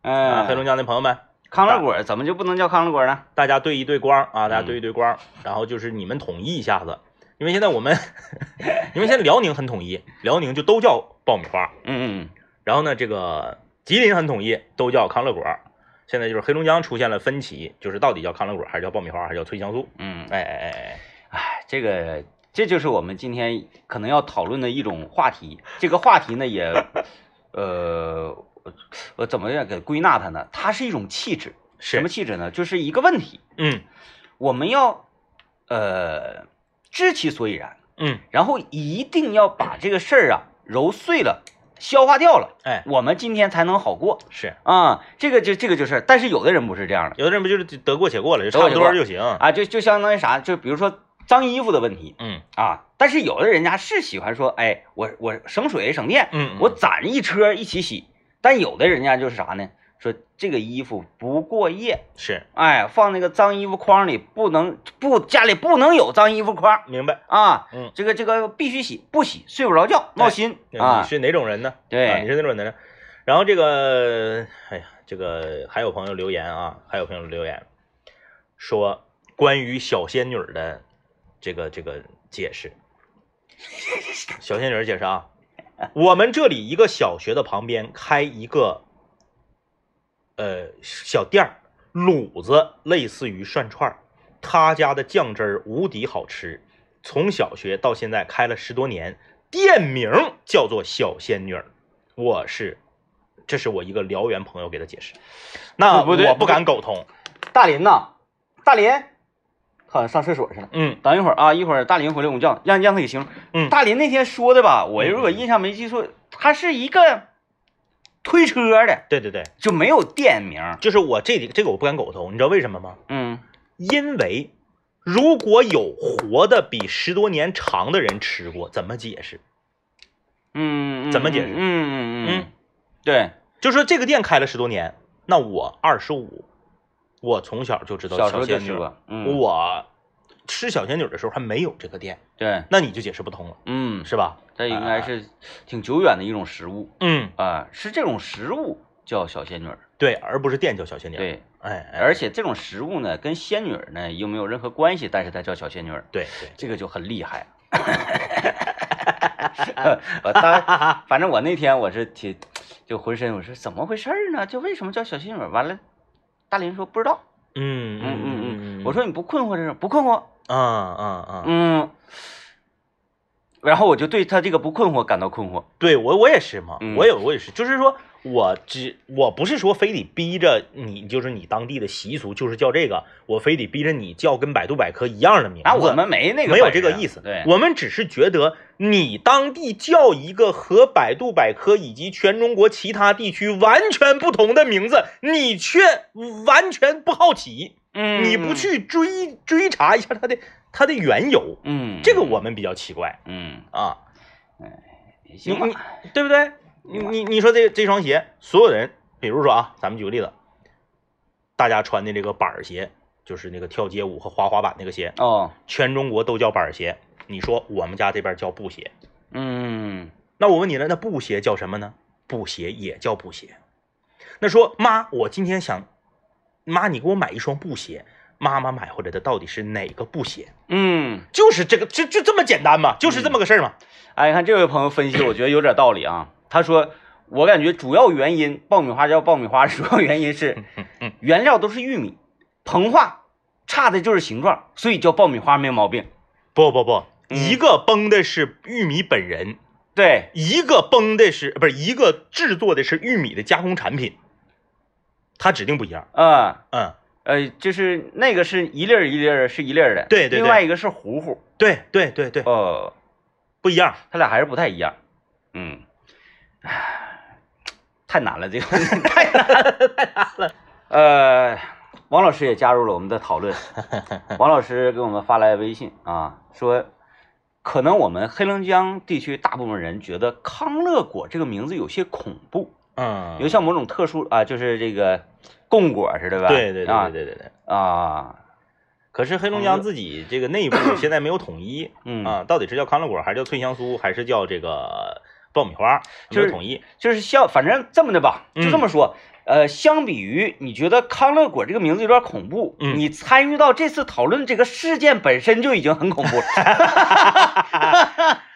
Speaker 2: 啊，
Speaker 1: 哎，
Speaker 2: 黑龙江的朋友们，
Speaker 1: 康乐果怎么就不能叫康乐果呢？
Speaker 2: 大家对一对光啊，大家对一对光，然后就是你们统一一下子，因为现在我们， 因为现在辽宁很统一，辽宁就都叫爆米花，
Speaker 1: 嗯嗯
Speaker 2: 然后呢，这个吉林很统一，都叫康乐果，现在就是黑龙江出现了分歧，就是到底叫康乐果还是叫爆米花还是叫脆香酥？
Speaker 1: 嗯，
Speaker 2: 哎哎哎哎，
Speaker 1: 哎，这个这就是我们今天可能要讨论的一种话题。这个话题呢， 也呃，我我怎么样给归纳它呢？它是一种气质，
Speaker 2: 是
Speaker 1: 什么气质呢？就是一个问题，
Speaker 2: 嗯
Speaker 1: 我们要呃知其所以然，
Speaker 2: 嗯，
Speaker 1: 然后一定要把这个事儿啊揉碎了、消化掉了，
Speaker 2: 哎
Speaker 1: 我们今天才能好过
Speaker 2: 是，
Speaker 1: 啊。这个就这个就是，但是有的人不是这样的。
Speaker 2: 有的人不就是得过且过了，就
Speaker 1: 得过
Speaker 2: 差
Speaker 1: 且
Speaker 2: 不
Speaker 1: 过
Speaker 2: 多就行。
Speaker 1: 啊，就就相当于啥，就比如说脏衣服的问题
Speaker 2: 嗯
Speaker 1: 啊，但是有的人家是喜欢说，哎，我我省水省电，
Speaker 2: 嗯，
Speaker 1: 我攒一车一起洗，但有的人家就是啥呢？说这个衣服不过夜，
Speaker 2: 是
Speaker 1: 哎，放那个脏衣服筐里，不能不家里不能有脏衣服筐
Speaker 2: 明白。
Speaker 1: 啊，
Speaker 2: 嗯，
Speaker 1: 这个这个必须洗，不洗睡不着觉，闹心啊
Speaker 2: 你，是哪种人呢？
Speaker 1: 对
Speaker 2: 啊你是哪种人呢？然后这个，哎呀，这个还有朋友留言啊，还有朋友留言说，关于小仙女儿的这个这个解 释。小仙女儿解释啊，我们这里一个小学的旁边开一个呃小店儿，卤子类似于涮串儿，他家的酱汁儿无敌好吃，从小学到现在开了十多年，店名叫做小仙女儿。我是，这是我一个辽源朋友给的解释，那
Speaker 1: 不对
Speaker 2: 我不敢苟同。
Speaker 1: 大林呐，大林，好像上厕所去了。
Speaker 2: 嗯
Speaker 1: 等一会儿啊，一会儿大林回来我们叫，让让他给形容。
Speaker 2: 嗯
Speaker 1: 大林那天说的吧，我如果印象没记错，他是一个推车的，
Speaker 2: 对对对，
Speaker 1: 就没有店名。
Speaker 2: 就是我这里这个我不敢苟同，你知道为什么吗？
Speaker 1: 嗯，
Speaker 2: 因为如果有活的比十多年长的人吃过，怎么解释？
Speaker 1: 嗯，嗯
Speaker 2: 怎么解释
Speaker 1: 嗯嗯嗯
Speaker 2: 嗯，
Speaker 1: 对，
Speaker 2: 就说这个店开了十多年，那我二十五，我从小就知道
Speaker 1: 小时
Speaker 2: 小
Speaker 1: 候就
Speaker 2: 仙女
Speaker 1: 吃
Speaker 2: 哦儿，
Speaker 1: 过。嗯，
Speaker 2: 我吃小仙女儿的时候还没有这个店，
Speaker 1: 对，
Speaker 2: 那你就解释不通了，
Speaker 1: 嗯，
Speaker 2: 是吧？
Speaker 1: 这应
Speaker 2: 啊
Speaker 1: 该是挺久远的一种食物
Speaker 2: 嗯，
Speaker 1: 啊，是这种食物叫小仙女儿。
Speaker 2: 对，而不是店叫小仙女。，
Speaker 1: 对，
Speaker 2: 哎，哎
Speaker 1: 而且这种食物呢，跟仙女儿呢又没有任何关系，但是它叫小仙女儿。
Speaker 2: 对对，
Speaker 1: 这个就很厉害。 我当反正我那天我是挺就浑身我说怎么回事儿呢？就为什么叫小仙女儿？完了，大林说不知道。
Speaker 2: 嗯
Speaker 1: 嗯嗯嗯，我
Speaker 2: 我说
Speaker 1: 说你不困惑这是不困惑。
Speaker 2: 啊啊啊，
Speaker 1: 嗯，然后我就对他这个不困惑感到困惑。
Speaker 2: 对我我也是嘛
Speaker 1: 嗯，
Speaker 2: 我也我也是，就是说我只我不是说非得逼着你，就是你当地的习俗就是叫这个，我非得逼着你叫跟百度百科一样的名字。
Speaker 1: 啊，我们没那个
Speaker 2: 没有
Speaker 1: 本
Speaker 2: 这个
Speaker 1: 事
Speaker 2: 意思，
Speaker 1: 对，
Speaker 2: 我们只是觉得你当地叫一个和百度百科以及全中国其他地区完全不同的名字，你却完全不好奇，
Speaker 1: 嗯
Speaker 2: 你不，去追追查一下它的它的缘由，
Speaker 1: 嗯，
Speaker 2: 这个我们比较奇怪
Speaker 1: 嗯，
Speaker 2: 啊，
Speaker 1: 也
Speaker 2: 你
Speaker 1: 行
Speaker 2: 你
Speaker 1: 吧，
Speaker 2: 对不对？你你你说这这双鞋，所有人，比如说啊，咱们举个例子，大家穿的这个板儿鞋，就是那个跳街舞和滑滑板那个鞋，
Speaker 1: 哦，
Speaker 2: 全中国都叫板儿鞋，你说我们家这边叫布鞋。
Speaker 1: 嗯，
Speaker 2: 那我问你了，那布鞋叫什么呢？布鞋也叫布鞋。那说妈，我今天想，妈你给我买一双布鞋。妈妈买回来的到底是哪个布鞋？
Speaker 1: 嗯，
Speaker 2: 就是这个，就就这么简单嘛，就是这么个事儿嘛。
Speaker 1: 哎，看这位朋友分析，我觉得有点道理啊。他说，我感觉主要原因，爆米花叫爆米花，主 要原因是
Speaker 2: 嗯嗯，
Speaker 1: 原料都是玉米，膨化差的就是形状，所以叫爆米花没毛病。
Speaker 2: 不不不，
Speaker 1: 嗯
Speaker 2: 一个崩的是玉米本人，
Speaker 1: 对，
Speaker 2: 一个崩的是不是一个制作的是玉米的加工产品，它指定不一样。
Speaker 1: 嗯。
Speaker 2: 嗯，
Speaker 1: 呃，就是那个是一粒儿一粒儿是一粒儿的，
Speaker 2: 对对对
Speaker 1: 另外一个是糊糊，
Speaker 2: 对对对对，
Speaker 1: 哦，
Speaker 2: 不一样。
Speaker 1: 它俩还是不太一样。嗯，唉太难了，这个 太难了，太难了。呃，王老师也加入了我们的讨论。王老师给我们发来微信啊，说可能我们黑龙江地区大部分人觉得康乐果这个名字有些恐怖，
Speaker 2: 嗯
Speaker 1: 有像某种特殊啊，就是这个供果似的吧？
Speaker 2: 对对对
Speaker 1: 啊
Speaker 2: 对对对对。
Speaker 1: 啊，
Speaker 2: 可是黑龙江自己这个内部现在没有统一
Speaker 1: 嗯
Speaker 2: 啊，到底是叫康乐果，还是叫脆香酥，还是叫这个爆米花？没
Speaker 1: 就是
Speaker 2: 有统一。
Speaker 1: 就是像反正这么的吧，就
Speaker 2: 嗯
Speaker 1: 这么说。呃，相比于你觉得康乐果这个名字有点恐怖，
Speaker 2: 嗯
Speaker 1: 你参与到这次讨论这个事件本身就已经很 恐怖了。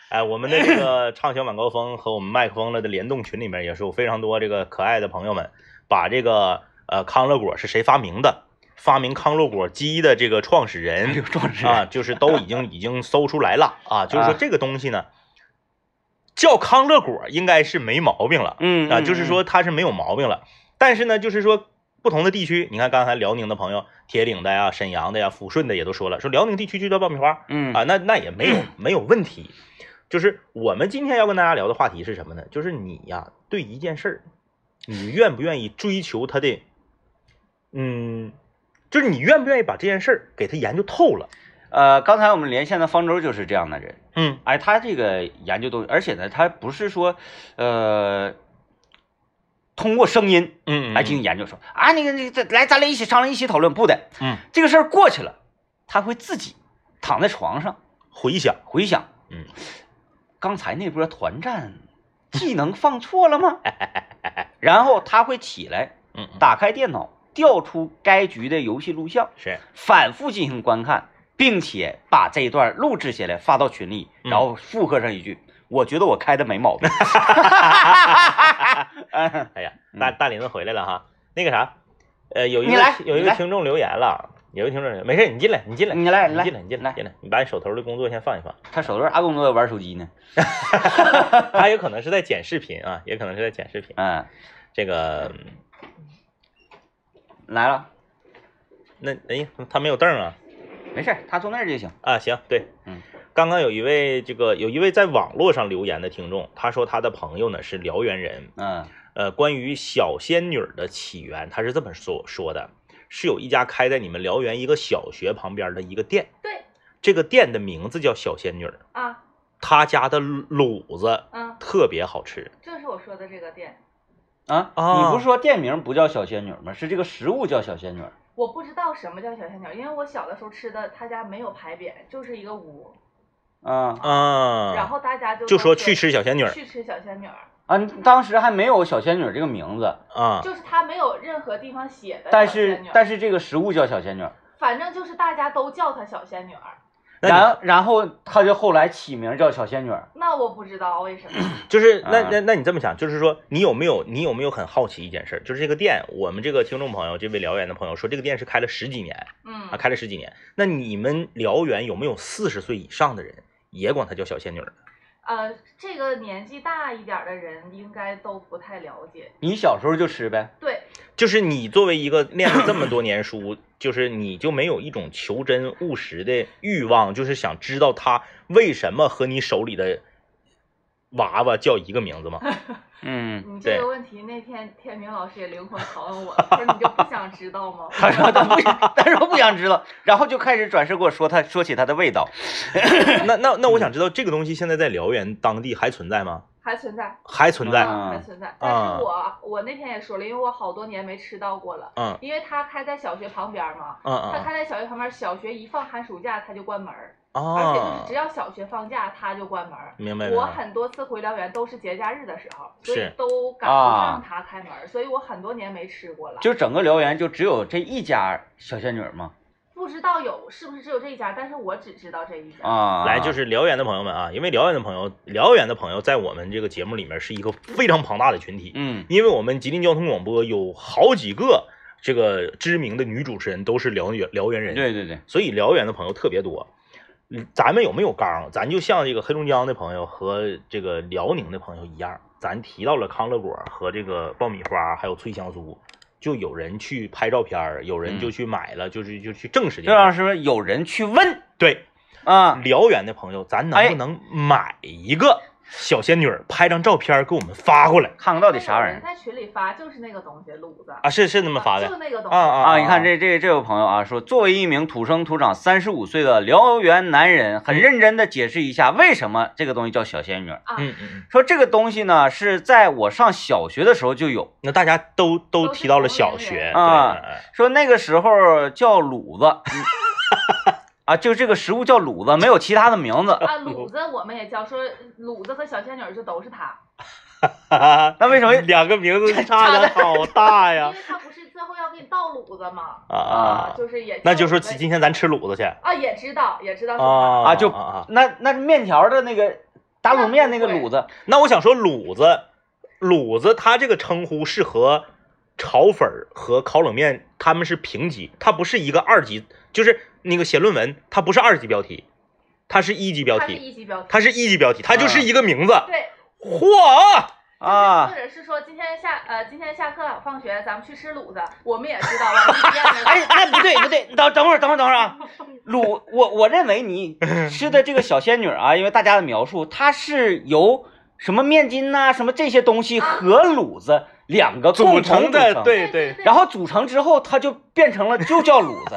Speaker 2: 哎，我们的这 个畅想晚高峰和我们麦克风了的联动群里面，也是有非常多这个可爱的朋友们，把这个呃康乐果是谁发明的，发明康乐果机的这个创始人
Speaker 1: 壮士
Speaker 2: 啊，就是都已 经已经搜出来了啊，就是说
Speaker 1: 啊
Speaker 2: 这个东西呢，叫康乐果应该是没毛病了。
Speaker 1: 嗯
Speaker 2: 啊，就是，说它是没有毛病了。但是呢，就是说不同的地区，你看刚才辽宁的朋友、铁岭的呀、沈阳的呀、抚顺的也都说了，说辽宁地区就叫爆米花
Speaker 1: 嗯
Speaker 2: 啊，那那也没有 没有问题。就是我们今天要跟大家聊的话题是什么呢？就是你呀，对一件事儿，你愿不愿意追求它的，嗯，就是你愿不愿意把这件事儿给它研究透了？
Speaker 1: 呃，刚才我们连线的方舟就是这样的人，
Speaker 2: 嗯
Speaker 1: 哎，他这个研究东西，而且呢，他不是说，呃，通过声音
Speaker 2: 嗯
Speaker 1: 来进行研究说，啊，那个那个，来，咱俩一起商量，一起讨论，不的，
Speaker 2: 嗯
Speaker 1: 这个事儿过去了，他会自己躺在床上
Speaker 2: 回想，
Speaker 1: 回想，
Speaker 2: 嗯，
Speaker 1: 刚才那波团战 技能放错了吗？然后他会起来，
Speaker 2: 嗯嗯
Speaker 1: 打开电脑，调出该局的游戏录像，
Speaker 2: 是
Speaker 1: 反复进行观看，并且把这一段录制下来发到群里，
Speaker 2: 嗯
Speaker 1: 然后附和上一句：“我觉得我开的没毛 病。嗯
Speaker 2: 哎呀，大大林子回来了哈。那个啥，呃，有一
Speaker 1: 你来
Speaker 2: 个有一
Speaker 1: 你
Speaker 2: 个
Speaker 1: 来
Speaker 2: 听众留言了，有一个听众留言，没事，你进来，你进来，
Speaker 1: 你来
Speaker 2: 你
Speaker 1: 来
Speaker 2: 进来，你进来，
Speaker 1: 来
Speaker 2: 进来，你把你手头的工作先放 一放。
Speaker 1: 他手头阿公都玩手机 呢。
Speaker 2: 他有可能是在剪视频啊，也可能是在剪视频。
Speaker 1: 嗯，
Speaker 2: 这个，嗯
Speaker 1: 来了，
Speaker 2: 那哎呀，他没有凳儿啊
Speaker 1: 没事儿，他坐那儿就行。
Speaker 2: 啊，行，对，
Speaker 1: 嗯，
Speaker 2: 刚刚有一位这个有一位在网络上留言的听众，他说他的朋友呢是辽源人，
Speaker 1: 嗯
Speaker 2: 呃，关于小仙女儿的起源，他是这么说说的，是有一家开在你们辽源一个小学旁边的一个店，
Speaker 4: 对
Speaker 2: 这个店的名字叫小仙女儿，
Speaker 4: 啊，
Speaker 2: 他家的卤子
Speaker 4: 嗯，
Speaker 2: 特别好吃，
Speaker 4: 就是我说的这个店，
Speaker 1: 啊，
Speaker 2: 哦
Speaker 1: 你不是说店名不叫小仙女吗？是这个食物叫小仙女。
Speaker 4: 我不知道什么叫小仙女，因为我小的时候吃的，他家没有牌匾，就是一个屋，
Speaker 1: 啊
Speaker 2: 嗯，
Speaker 4: 然后大家就
Speaker 2: 就
Speaker 4: 都
Speaker 2: 说
Speaker 4: 是
Speaker 2: 去吃小仙女儿
Speaker 4: 去吃小仙女儿，
Speaker 1: 啊，当时还没有小仙女这个名字，
Speaker 2: 啊，
Speaker 4: 就是他没有任何地方写的
Speaker 1: 但
Speaker 4: 小
Speaker 1: 是
Speaker 4: 仙女儿
Speaker 1: 但是这个食物叫小仙女。
Speaker 4: 反正就是大家都叫她小仙女儿。
Speaker 2: 那你
Speaker 1: 然然后他就后来起名叫小仙女儿，
Speaker 4: 那我不知道为什么，
Speaker 2: 就是那
Speaker 1: 啊
Speaker 2: 那那你这么想，就是说你有没有你有没有很好奇一件事儿，就是这个店，我们这个听众朋友，这位辽源的朋友说这个店是开了十几年
Speaker 4: 嗯
Speaker 2: 啊，，开了十几年。那你们辽源有没有四十岁以上的人也管她叫小仙女儿？
Speaker 4: 呃，这个年纪大一点儿的人应该都不太了解。
Speaker 1: 你小时候就吃呗。
Speaker 4: 对，
Speaker 2: 就是你作为一个练了这么多年书，就是你就没有一种求真务实的欲望，就是想知道她为什么和你手里的娃娃叫一个名字吗？
Speaker 1: 嗯，
Speaker 4: 你这
Speaker 2: 对
Speaker 4: 个问题那天天明老师也灵魂拷问我，他说你就不想知道吗？
Speaker 1: 他说他不， 他说不想知道，然后就开始转身跟我说他说起他的味道，
Speaker 2: 那那那我想知道这个东西现在在辽源当地还存在吗？
Speaker 4: 还存在，
Speaker 2: 还存在。
Speaker 4: 嗯
Speaker 1: 啊
Speaker 4: 还存在。但是我我那天也说了，因为我好多年没吃到过了，
Speaker 2: 嗯
Speaker 4: 因为他开在小学旁边嘛。
Speaker 2: 嗯
Speaker 4: 他
Speaker 2: 嗯。
Speaker 4: 开在小学旁边，小学一放寒暑假他就关门儿，而且就是
Speaker 2: 啊嗯
Speaker 4: 只，要小学放假他就关门儿。
Speaker 2: 明白明
Speaker 4: 我
Speaker 2: 白。
Speaker 4: 很多次回辽源都是节假日的时候，所以
Speaker 2: 是啊
Speaker 4: 都赶不上他开门儿，所以我很多年没吃过了。
Speaker 1: 就整个辽源就只有这一家小仙女儿嘛。
Speaker 4: 不知道有是不是只有这一家，但是我只知道这一家。
Speaker 1: 啊，
Speaker 2: 来，就是辽源的朋友们啊，因为辽源的朋友，辽源的朋友在我们这个节目里面是一个非常庞大的群体，
Speaker 1: 嗯
Speaker 2: 因为我们吉林交通广播有好几个这个知名的女主持人都是辽源辽源人，，
Speaker 1: 对对对，
Speaker 2: 所以辽源的朋友特别多。嗯咱们有没有刚？咱就像这个黑龙江的朋友和这个辽宁的朋友一样，咱提到了康乐果和这个爆米花，还有脆香酥，就有人去拍照片儿，有
Speaker 1: 嗯
Speaker 2: 人就去买了，就是就去证实
Speaker 1: 就
Speaker 2: 这个事儿。
Speaker 1: 让是不是有人去问
Speaker 2: 对，
Speaker 1: 啊？
Speaker 2: 辽源的朋友，咱
Speaker 1: 哎
Speaker 2: 能不能买一个小仙女儿拍张照片儿给我们发过来
Speaker 1: 看看到底啥
Speaker 4: 有人
Speaker 1: 人
Speaker 4: 在群里发就是那个东西，卤子
Speaker 2: 啊？是是那么发
Speaker 4: 就
Speaker 2: 的
Speaker 4: 那个东西。
Speaker 2: 啊啊
Speaker 1: 啊？你看这这这位朋友啊，说作为一名土生土长三十五岁的辽源男人，很认真的解释一下为什么这个东西叫小仙女儿。
Speaker 4: 啊
Speaker 2: 嗯嗯嗯，
Speaker 1: 说这个东西呢是在我上小学的时候就有，
Speaker 2: 那大家都都
Speaker 4: 都是
Speaker 2: 提到了
Speaker 4: 同龄
Speaker 2: 小
Speaker 4: 人
Speaker 2: 学
Speaker 1: 啊
Speaker 2: 对嗯嗯
Speaker 1: 说那个时候叫卤子， 嗯啊，就这个食物叫卤子，没有其他的名字。
Speaker 4: 啊，卤子我们也叫，说卤子和小仙女儿就都是他，
Speaker 1: 那 为什么
Speaker 2: 嗯 两个名字差的好大
Speaker 4: 因
Speaker 2: 呀？
Speaker 4: 为他不是最后要给你倒卤子嘛，
Speaker 2: 啊
Speaker 1: 啊
Speaker 4: 就是也
Speaker 2: 那就说
Speaker 4: 几
Speaker 2: 今今天咱吃卤子去
Speaker 4: 啊，也知道也知道是他，
Speaker 2: 啊
Speaker 1: 啊就
Speaker 2: 啊啊！
Speaker 1: 那那面条的那个打卤面那个卤子，
Speaker 2: 那我想说卤子，卤子它这个称呼是和炒粉儿和烤冷面他们是平级，它不是一个二级，就是那个写论文它不是二级标题，它是一级标
Speaker 4: 他是
Speaker 2: 题，
Speaker 4: 一级标题，
Speaker 2: 它是一级标题，它就是一个 名字。
Speaker 4: 对，
Speaker 2: 嚯！
Speaker 4: 或
Speaker 1: 啊，
Speaker 4: 者是说今天下呃今天下课放学咱们去吃卤子，我们也知道了，是一样 的
Speaker 1: 哎，那不对不对，等等会儿等会儿等会儿啊， 卤我我认为你 吃的这个小仙女啊，因为大家的描述，它是由什么面筋呐、什么这些东西和卤子两个
Speaker 2: 组
Speaker 1: 共同
Speaker 2: 成的，对
Speaker 4: 对对，
Speaker 1: 然后组成之后，它就变成了就叫卤 子。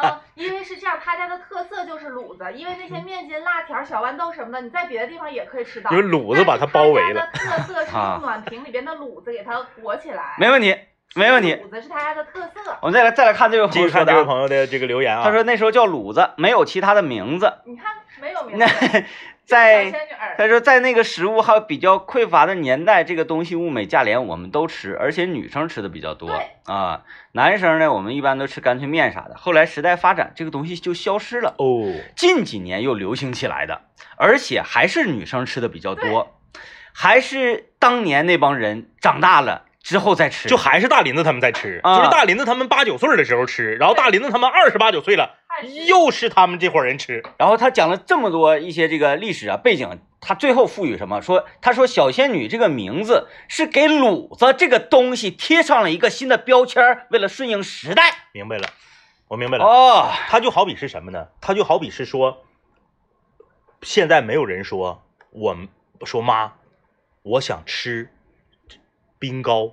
Speaker 4: 嗯，因为是这样，他家的特色就是卤子，因为那些面筋、辣条、小豌豆什么的，你在别的地方也可以吃到。
Speaker 2: 就是卤子把它包围了。
Speaker 4: 他家的特色是
Speaker 1: 啊
Speaker 4: 用暖瓶里边的卤子给它裹起来。
Speaker 1: 没问题，没问题。
Speaker 4: 卤子是他家的特色。
Speaker 1: 我们再来再来看这位朋
Speaker 2: 继
Speaker 1: 友
Speaker 2: 续
Speaker 1: 说
Speaker 2: 看
Speaker 1: 的
Speaker 2: 这位
Speaker 1: 啊，
Speaker 2: 朋友的这个留言啊，
Speaker 1: 他说那时候叫卤子，没有其他的名字。
Speaker 4: 你看没有名
Speaker 1: 那
Speaker 4: 字，小
Speaker 1: 在
Speaker 4: 仙女 儿，
Speaker 1: 他说，在那个食物还有比较匮乏的年代，这个东西物美价廉，我们都吃，而且女生吃的比较多
Speaker 4: 对
Speaker 1: 啊。男生呢，我们一般都吃干脆面啥的。后来时代发展，这个东西就消失了，
Speaker 2: 哦，
Speaker 1: 近几年又流行起来的，而且还是女生吃的比较多，还是当年那帮人长大了之后再吃，
Speaker 2: 就还是大林子他们在吃，
Speaker 1: 啊
Speaker 2: 就是大林子他们八九岁的时候吃，然后大林子他们二十八九岁了，
Speaker 4: 太虚
Speaker 2: 又是他们这伙人吃。
Speaker 1: 然后他讲了这么多一些这个历史啊背景，他最后赋予什么？说他说小仙女这个名字是给卤子这个东西贴上了一个新的标签儿，为了顺应时代。
Speaker 2: 明白了，我明白了。
Speaker 1: 哦，
Speaker 2: 它就好比是什么呢？它就好比是说，现在没有人说我们说妈，我想吃冰糕，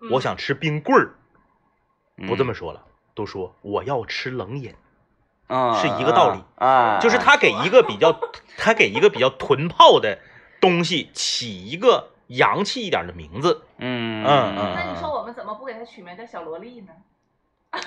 Speaker 4: 嗯
Speaker 2: 我想吃冰棍儿，不这
Speaker 1: 么
Speaker 2: 么说了，都说我要吃冷饮，
Speaker 1: 啊，
Speaker 2: 是一个道理
Speaker 1: 啊，
Speaker 2: 就是他给一个比较， 他给一个比较臀炮的东西起一个洋气一点的名字。
Speaker 1: 嗯
Speaker 2: 嗯嗯
Speaker 4: 那你说我们怎么不给它取名叫小萝莉呢？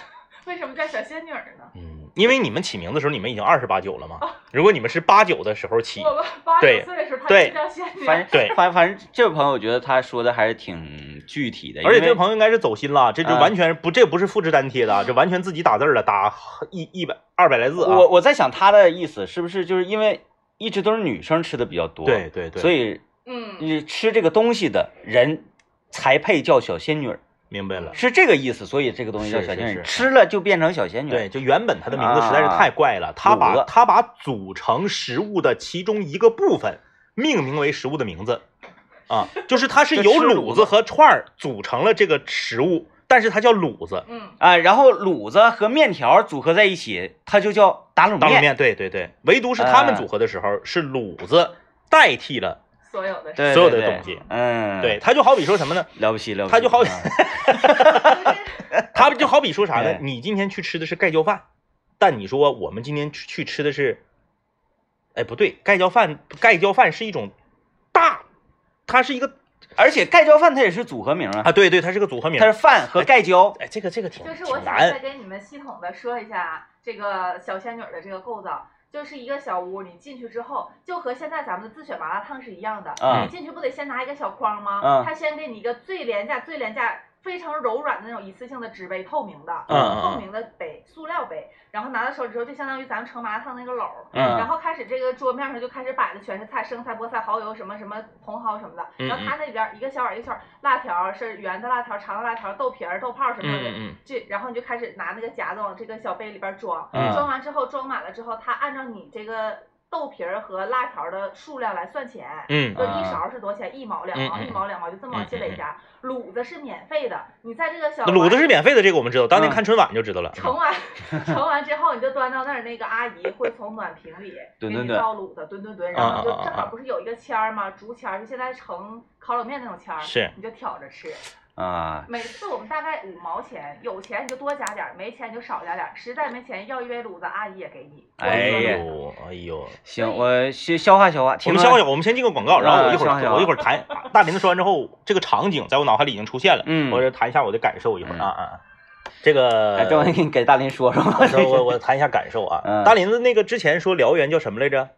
Speaker 4: 为什么叫小仙女儿呢？
Speaker 2: 嗯，因为你们起名字的时候，你们已经二十八九了
Speaker 1: 哦
Speaker 2: 嘛。如果你们是八九的时候起，
Speaker 4: 我们八
Speaker 2: 对
Speaker 4: 九岁的时候，它
Speaker 2: 对
Speaker 4: 就叫仙女
Speaker 1: 反
Speaker 4: 儿
Speaker 1: 正。
Speaker 2: 对，
Speaker 1: 反反正这位朋友，我觉得他说的还是挺具体的，
Speaker 2: 而且这
Speaker 1: 因
Speaker 2: 位
Speaker 1: 为
Speaker 2: 朋友应该是走心了，这就
Speaker 1: 啊
Speaker 2: 完全不，这不是复制粘贴的啊，这完全自己打字儿了，打一一百二百来字啊。
Speaker 1: 我我在想他的意思是不是就是因为一直都是女生吃的比较多，
Speaker 2: 对对对，
Speaker 1: 所以
Speaker 4: 嗯，
Speaker 1: 你吃这个东西的人才配叫小仙女儿。
Speaker 2: 明白了。
Speaker 1: 是这个意思，所以这个东西叫
Speaker 2: 是
Speaker 1: 小仙
Speaker 2: 是
Speaker 1: 女，
Speaker 2: 是
Speaker 1: 吃了就变成小仙女。
Speaker 2: 对，，就原本它的名字实在是太怪了，它
Speaker 1: 啊卤
Speaker 2: 把
Speaker 1: 子
Speaker 2: 它把组成食物的其中一个部分命名为食物的名字，啊，就是它是
Speaker 1: 就
Speaker 2: 由
Speaker 1: 吃
Speaker 2: 卤
Speaker 1: 卤
Speaker 2: 子和串儿组成了这个食物，但是它叫卤子，
Speaker 4: 嗯，
Speaker 1: 啊，然后卤子和面条组合在一起，它就叫打卤
Speaker 2: 当卤
Speaker 1: 面。
Speaker 2: 面，对对对，唯独是他们
Speaker 1: 啊
Speaker 2: 组合的时候是卤子代替了，
Speaker 4: 所有的
Speaker 1: 对，
Speaker 2: 所有
Speaker 1: 对
Speaker 2: 的
Speaker 1: 对
Speaker 2: 东西
Speaker 1: 嗯，
Speaker 2: 对，，它就好比说什么呢？
Speaker 1: 了不起了不起。
Speaker 2: 它就好
Speaker 1: 嗯
Speaker 2: 他就好比说啥呢
Speaker 1: 哎？
Speaker 2: 你今天去吃的是盖浇饭，但你说我们今天去去吃的是，哎，不对，盖浇饭盖浇饭是一种大，它是一个
Speaker 1: 而且盖浇饭它也是组合名 啊，
Speaker 2: 啊，对对，它是个组合名
Speaker 1: 它。是饭和盖浇。
Speaker 2: 哎，这个这个挺
Speaker 4: 就是我
Speaker 2: 挺
Speaker 4: 想再
Speaker 2: 难，
Speaker 4: 给你们系统的说一下啊这个小仙女儿的这个构造，就是一个小屋，你进去之后就和现在咱们的自选麻辣烫是一样的，
Speaker 1: 嗯
Speaker 2: 啊
Speaker 4: 你进去不得先拿一个小筐吗？
Speaker 1: 嗯
Speaker 4: 他先给你一个最廉价、最廉价、非常柔软的那种一次性的纸杯，透明的，
Speaker 2: 嗯嗯嗯
Speaker 4: 透明的杯，塑料杯，然后拿到手里之后就相当于咱们盛麻辣烫那个篓儿。
Speaker 2: 啊
Speaker 4: 然
Speaker 1: 嗯，
Speaker 4: 后开始这个桌面上就开始摆的全是菜，生菜、菠菜、蚝油什么什么茼蒿什么的。
Speaker 2: 嗯
Speaker 4: 然后他那边一个小碗一个小碗，辣条是圆的辣条、长的辣条、豆皮儿、豆泡儿什么的。
Speaker 2: 嗯嗯
Speaker 4: 这然后你就开始拿那个夹子往这个小杯里边装，
Speaker 1: 嗯
Speaker 4: 装完之后装满了之后，他按照你这个豆皮儿和辣条的数量来算钱。
Speaker 2: 嗯
Speaker 4: 就
Speaker 2: 嗯，
Speaker 4: 是一勺是多少钱？一毛两毛，
Speaker 2: 嗯嗯嗯
Speaker 4: 一毛两毛，就这么往起累加。卤子是免费的，你在这个小
Speaker 2: 卤子是
Speaker 4: 碗
Speaker 2: 免费的，这个我们知道，当年
Speaker 1: 嗯
Speaker 2: 看春晚就知道了。
Speaker 4: 盛 完盛完之后，你就端到那儿，那个阿姨会从暖瓶 里给
Speaker 1: 蹲蹲
Speaker 4: 你
Speaker 1: 蹲
Speaker 4: 倒卤的，蹲蹲蹲，然
Speaker 2: 啊
Speaker 4: 后就
Speaker 2: 啊啊
Speaker 4: 正
Speaker 2: 啊
Speaker 4: 好不是有一个签儿吗？竹签儿，就现在盛烤冷面那种签儿，
Speaker 2: 是
Speaker 4: 你就挑着吃。
Speaker 2: 嗯
Speaker 1: 啊，
Speaker 4: 每次我们大概五毛钱，有钱你就多加点儿，没钱你就少加点儿，实在没钱要一杯卤子，阿姨也给你。
Speaker 1: 哎呀
Speaker 2: 呦哎呦，
Speaker 1: 行，我先消化消化。
Speaker 2: 我
Speaker 1: 听
Speaker 2: 们
Speaker 1: 了
Speaker 2: 消化消，化，我们先进个广告，然后我一
Speaker 1: 啊
Speaker 2: 会
Speaker 1: 消化消
Speaker 2: 儿
Speaker 1: 化
Speaker 2: 我一会儿谈大林子说完之后，这个场景在我脑海里已经出现了，
Speaker 1: 嗯
Speaker 2: 我就谈一下我的感受，一会儿啊啊，啊这个
Speaker 1: 哎，这我给你给大林说说吧。
Speaker 2: 我 说我我谈一下感受啊。
Speaker 1: 嗯
Speaker 2: 大林子那个之前说辽源叫什么来着？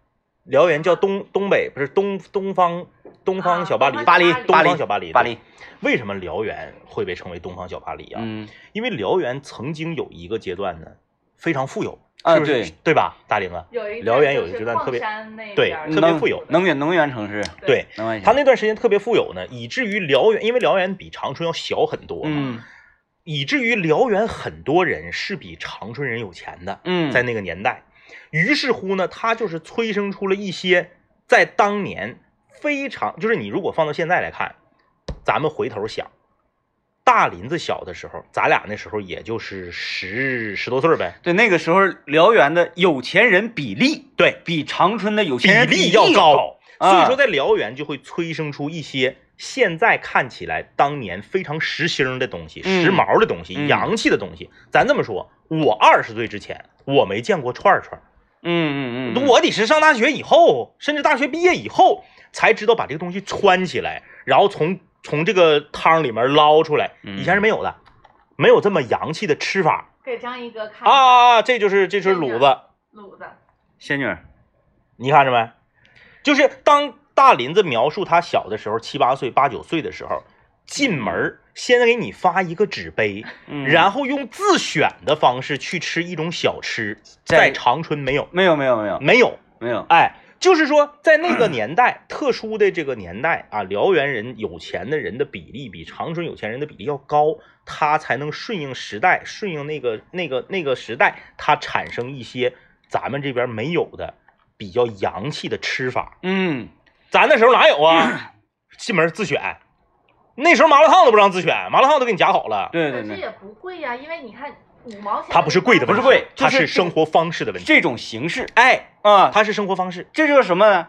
Speaker 2: 辽源叫东东北，不是东东方东方小巴黎，
Speaker 4: 啊
Speaker 1: 巴黎，
Speaker 2: 东
Speaker 1: 巴
Speaker 2: 方小
Speaker 1: 黎，
Speaker 2: 巴黎，
Speaker 1: 巴黎。
Speaker 2: 为什么辽源会被称为东方小巴黎啊？
Speaker 1: 嗯，
Speaker 2: 因为辽源曾经有一个阶段呢，非常富有，
Speaker 1: 啊
Speaker 2: 是不是？
Speaker 1: 对
Speaker 2: 对吧？大林啊，
Speaker 4: 有一
Speaker 2: 辽源有一
Speaker 4: 一
Speaker 2: 个阶段特别对
Speaker 4: 对
Speaker 2: 特别富有
Speaker 1: 能源能源城市，
Speaker 2: 对
Speaker 1: 能源城市。嗯
Speaker 2: 他那段时间特别富有呢，以至于辽源，因为辽源比长春要小很多嘛，
Speaker 1: 嗯
Speaker 2: 以至于辽源很多人是比长春人有钱的。
Speaker 1: 嗯，
Speaker 2: 在那个年代。于是乎呢，他就是催生出了一些在当年非常，就是你如果放到现在来看，咱们回头想，大林子小的时候，咱俩那时候也就是十十多岁儿呗，
Speaker 1: 对那个时候辽源的有钱人比例
Speaker 2: 对，
Speaker 1: 比长春的有
Speaker 2: 比
Speaker 1: 钱人
Speaker 2: 例
Speaker 1: 要
Speaker 2: 要高，
Speaker 1: 啊
Speaker 2: 所以说在辽源就会催生出一些。现在看起来，当年非常时兴的东西、
Speaker 1: 嗯
Speaker 2: 时髦的东西、
Speaker 1: 嗯
Speaker 2: 洋气的东西，咱这么说，我二十岁之前，我没见过串儿串儿。
Speaker 1: 嗯嗯嗯，
Speaker 2: 我得是上大学以后，甚至大学毕业以后，才知道把这个东西穿起来，然后从从这个汤里面捞出来，
Speaker 1: 嗯
Speaker 2: 以前是没有的，没有这么洋气的吃法
Speaker 4: 给张一哥看
Speaker 2: 啊
Speaker 4: 一下
Speaker 1: 啊
Speaker 2: 啊！这就是这就是卤子，
Speaker 4: 卤子，
Speaker 1: 仙女儿，
Speaker 2: 你看着没？就是当大林子描述他小的时候，七八岁、八九岁的时候，进门儿先给你发一个纸杯，
Speaker 1: 嗯
Speaker 2: 然后用自选的方式去吃一种小吃，
Speaker 1: 在
Speaker 2: 在长春没有，
Speaker 1: 没有没有没有
Speaker 2: 没有，
Speaker 1: 没有，
Speaker 2: 哎，就是说在那个年代，特殊的这个年代啊，辽源人有钱的人的比例比长春有钱人的比例要高，他才能顺应时代，顺应那个那个那个时代，它产生一些咱们这边没有的比较洋气的吃法。
Speaker 1: 嗯，
Speaker 2: 咱那时候哪有 啊？进门自选，那时候麻辣烫都不让自选，麻辣烫都给你夹好了。
Speaker 1: 对对
Speaker 4: 可是
Speaker 1: 对，
Speaker 4: 也不贵呀、因为你看五毛钱，
Speaker 2: 它不是贵的问
Speaker 1: 不
Speaker 2: 题，
Speaker 1: 是贵
Speaker 2: 它
Speaker 1: 就是
Speaker 2: 是生活方式的问题。
Speaker 1: 这种形式
Speaker 2: 哎，
Speaker 1: 啊，
Speaker 2: 它是生活方式。
Speaker 1: 这就是什么呢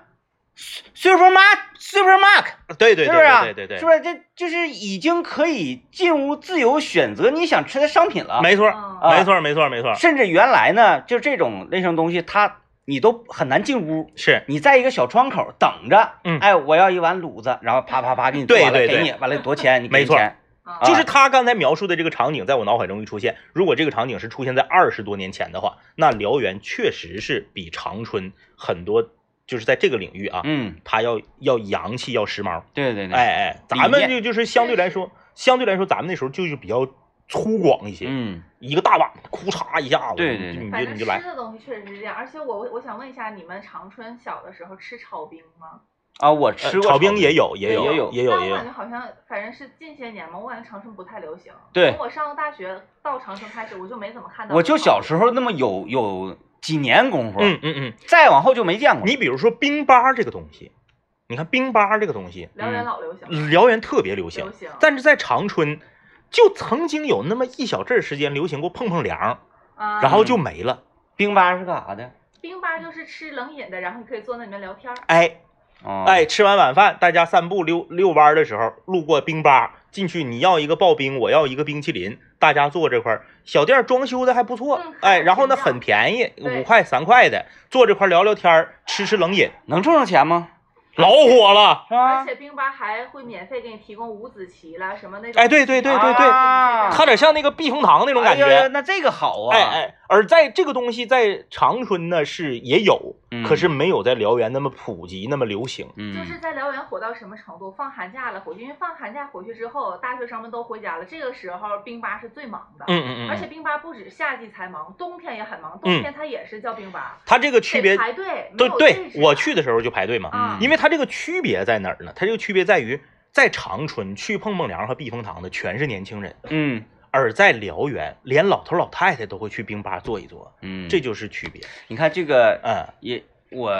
Speaker 1: ？supermarket supermarket
Speaker 2: 对对
Speaker 1: 是
Speaker 2: 对
Speaker 1: 不是啊？
Speaker 2: 对对对
Speaker 1: 是不
Speaker 2: 对，
Speaker 1: 是？这就是已经可以进屋自由选择你想吃的商品了。
Speaker 2: 没错
Speaker 4: 嗯，
Speaker 2: 没错，没错，没错，
Speaker 1: 甚至原来呢，就这种类型东西，它你都很难进屋，
Speaker 2: 是
Speaker 1: 你在一个小窗口等着。
Speaker 2: 嗯
Speaker 1: 哎，我要一碗卤子，然后啪啪啪给你做
Speaker 2: 对
Speaker 1: 完了
Speaker 2: 对对
Speaker 1: 给你，完了多 钱？你给
Speaker 2: 没错
Speaker 1: 钱
Speaker 4: 啊
Speaker 2: 就是他刚才描述的这个场景，在我脑海中一出现。如果这个场景是出现在二十多年前的话，那辽源确实是比长春很多，就是在这个领域啊，
Speaker 1: 嗯，
Speaker 2: 它要要洋气，要时髦。
Speaker 1: 对对对，
Speaker 2: 哎，哎，
Speaker 1: 理
Speaker 2: 咱们
Speaker 1: 念
Speaker 2: 就就是相对来说，相对来说，咱们那时候就是比较粗犷一些，
Speaker 1: 嗯，
Speaker 2: 一个大碗，哭嚓一下子，
Speaker 1: 对对对
Speaker 2: 你就
Speaker 4: 反
Speaker 2: 你就
Speaker 4: 正
Speaker 2: 你就来
Speaker 4: 吃。的东西确实是这样，而且我我想问一下，你们长春小的时候吃炒冰吗？
Speaker 1: 啊，我
Speaker 2: 呃
Speaker 1: 吃过
Speaker 2: 炒冰也，有，也
Speaker 1: 也
Speaker 2: 有，
Speaker 1: 有
Speaker 2: 也有，
Speaker 4: 但
Speaker 2: 也
Speaker 4: 我感
Speaker 2: 有
Speaker 4: 觉。好像反正是近些年嘛，我感觉长春不太流行。
Speaker 1: 对
Speaker 4: 从我上了大学到长春开始，我就没怎么看到。
Speaker 1: 我就小时候那么有有几年功夫，
Speaker 2: 嗯嗯嗯，
Speaker 1: 再往后就没见过。
Speaker 2: 你比如说冰吧这个东西，你看冰吧这个东西，
Speaker 4: 辽源老流行，
Speaker 2: 辽源特别流行
Speaker 4: 流，行。
Speaker 2: 但是在长春，就曾经有那么一小阵儿时间流行过碰碰凉，
Speaker 4: 啊，
Speaker 2: 然后就没了。
Speaker 1: 冰吧是干啥的？
Speaker 4: 冰吧就是吃冷饮的，然后你可以坐那里面聊天儿。
Speaker 2: 哎
Speaker 1: 哦，
Speaker 2: 哎，，吃完晚饭，大家散步溜遛弯儿的时候，路过冰吧，进去你要一个刨冰，我要一个冰淇淋，大家坐这块儿。小店儿装修的还不错
Speaker 4: 嗯，
Speaker 2: 哎，然后呢
Speaker 4: 很
Speaker 2: 很便宜，
Speaker 4: 对
Speaker 2: 五块三块的，坐这块儿聊聊天儿，吃吃冷饮，
Speaker 1: 能挣上钱吗？
Speaker 2: 老火了。
Speaker 1: 是吧
Speaker 4: 而？且冰吧还会免费给你提供五子棋啦什么那种。
Speaker 2: 哎，对对对对对，
Speaker 1: 啊
Speaker 2: 它有点像那个避风塘那种感觉。
Speaker 1: 哎呀呀那这个好啊！
Speaker 2: 哎哎，而在这个东西在长春呢是也有，
Speaker 1: 嗯
Speaker 2: 可是没有在辽源那么普及，那么流行。
Speaker 1: 嗯，
Speaker 4: 就是在辽源火到什么程度？放寒假了回去，因为放寒假回去之后，大学生们都回家了，这个时候冰吧是最忙的。
Speaker 2: 嗯嗯嗯
Speaker 4: 而且
Speaker 2: 嗯，
Speaker 4: 冰吧不止夏季才忙，冬天也很忙。冬天它也是叫冰吧，
Speaker 2: 它这个区
Speaker 4: 得
Speaker 2: 别，
Speaker 4: 排队。啊没
Speaker 2: 对
Speaker 4: 有
Speaker 2: 对
Speaker 4: 位，置
Speaker 2: 我
Speaker 4: 的
Speaker 2: 去的时候就排队嘛，
Speaker 4: 啊，
Speaker 1: 嗯
Speaker 2: 因为它这个区别在哪儿呢？它这个区别在于，在长春去碰碰凉和避风塘的全是年轻人，
Speaker 1: 嗯
Speaker 2: 而在辽源，连老头老太太都会去冰吧坐一坐，
Speaker 1: 嗯，
Speaker 2: 这就是区别。
Speaker 1: 你看这个
Speaker 2: 嗯
Speaker 1: 也我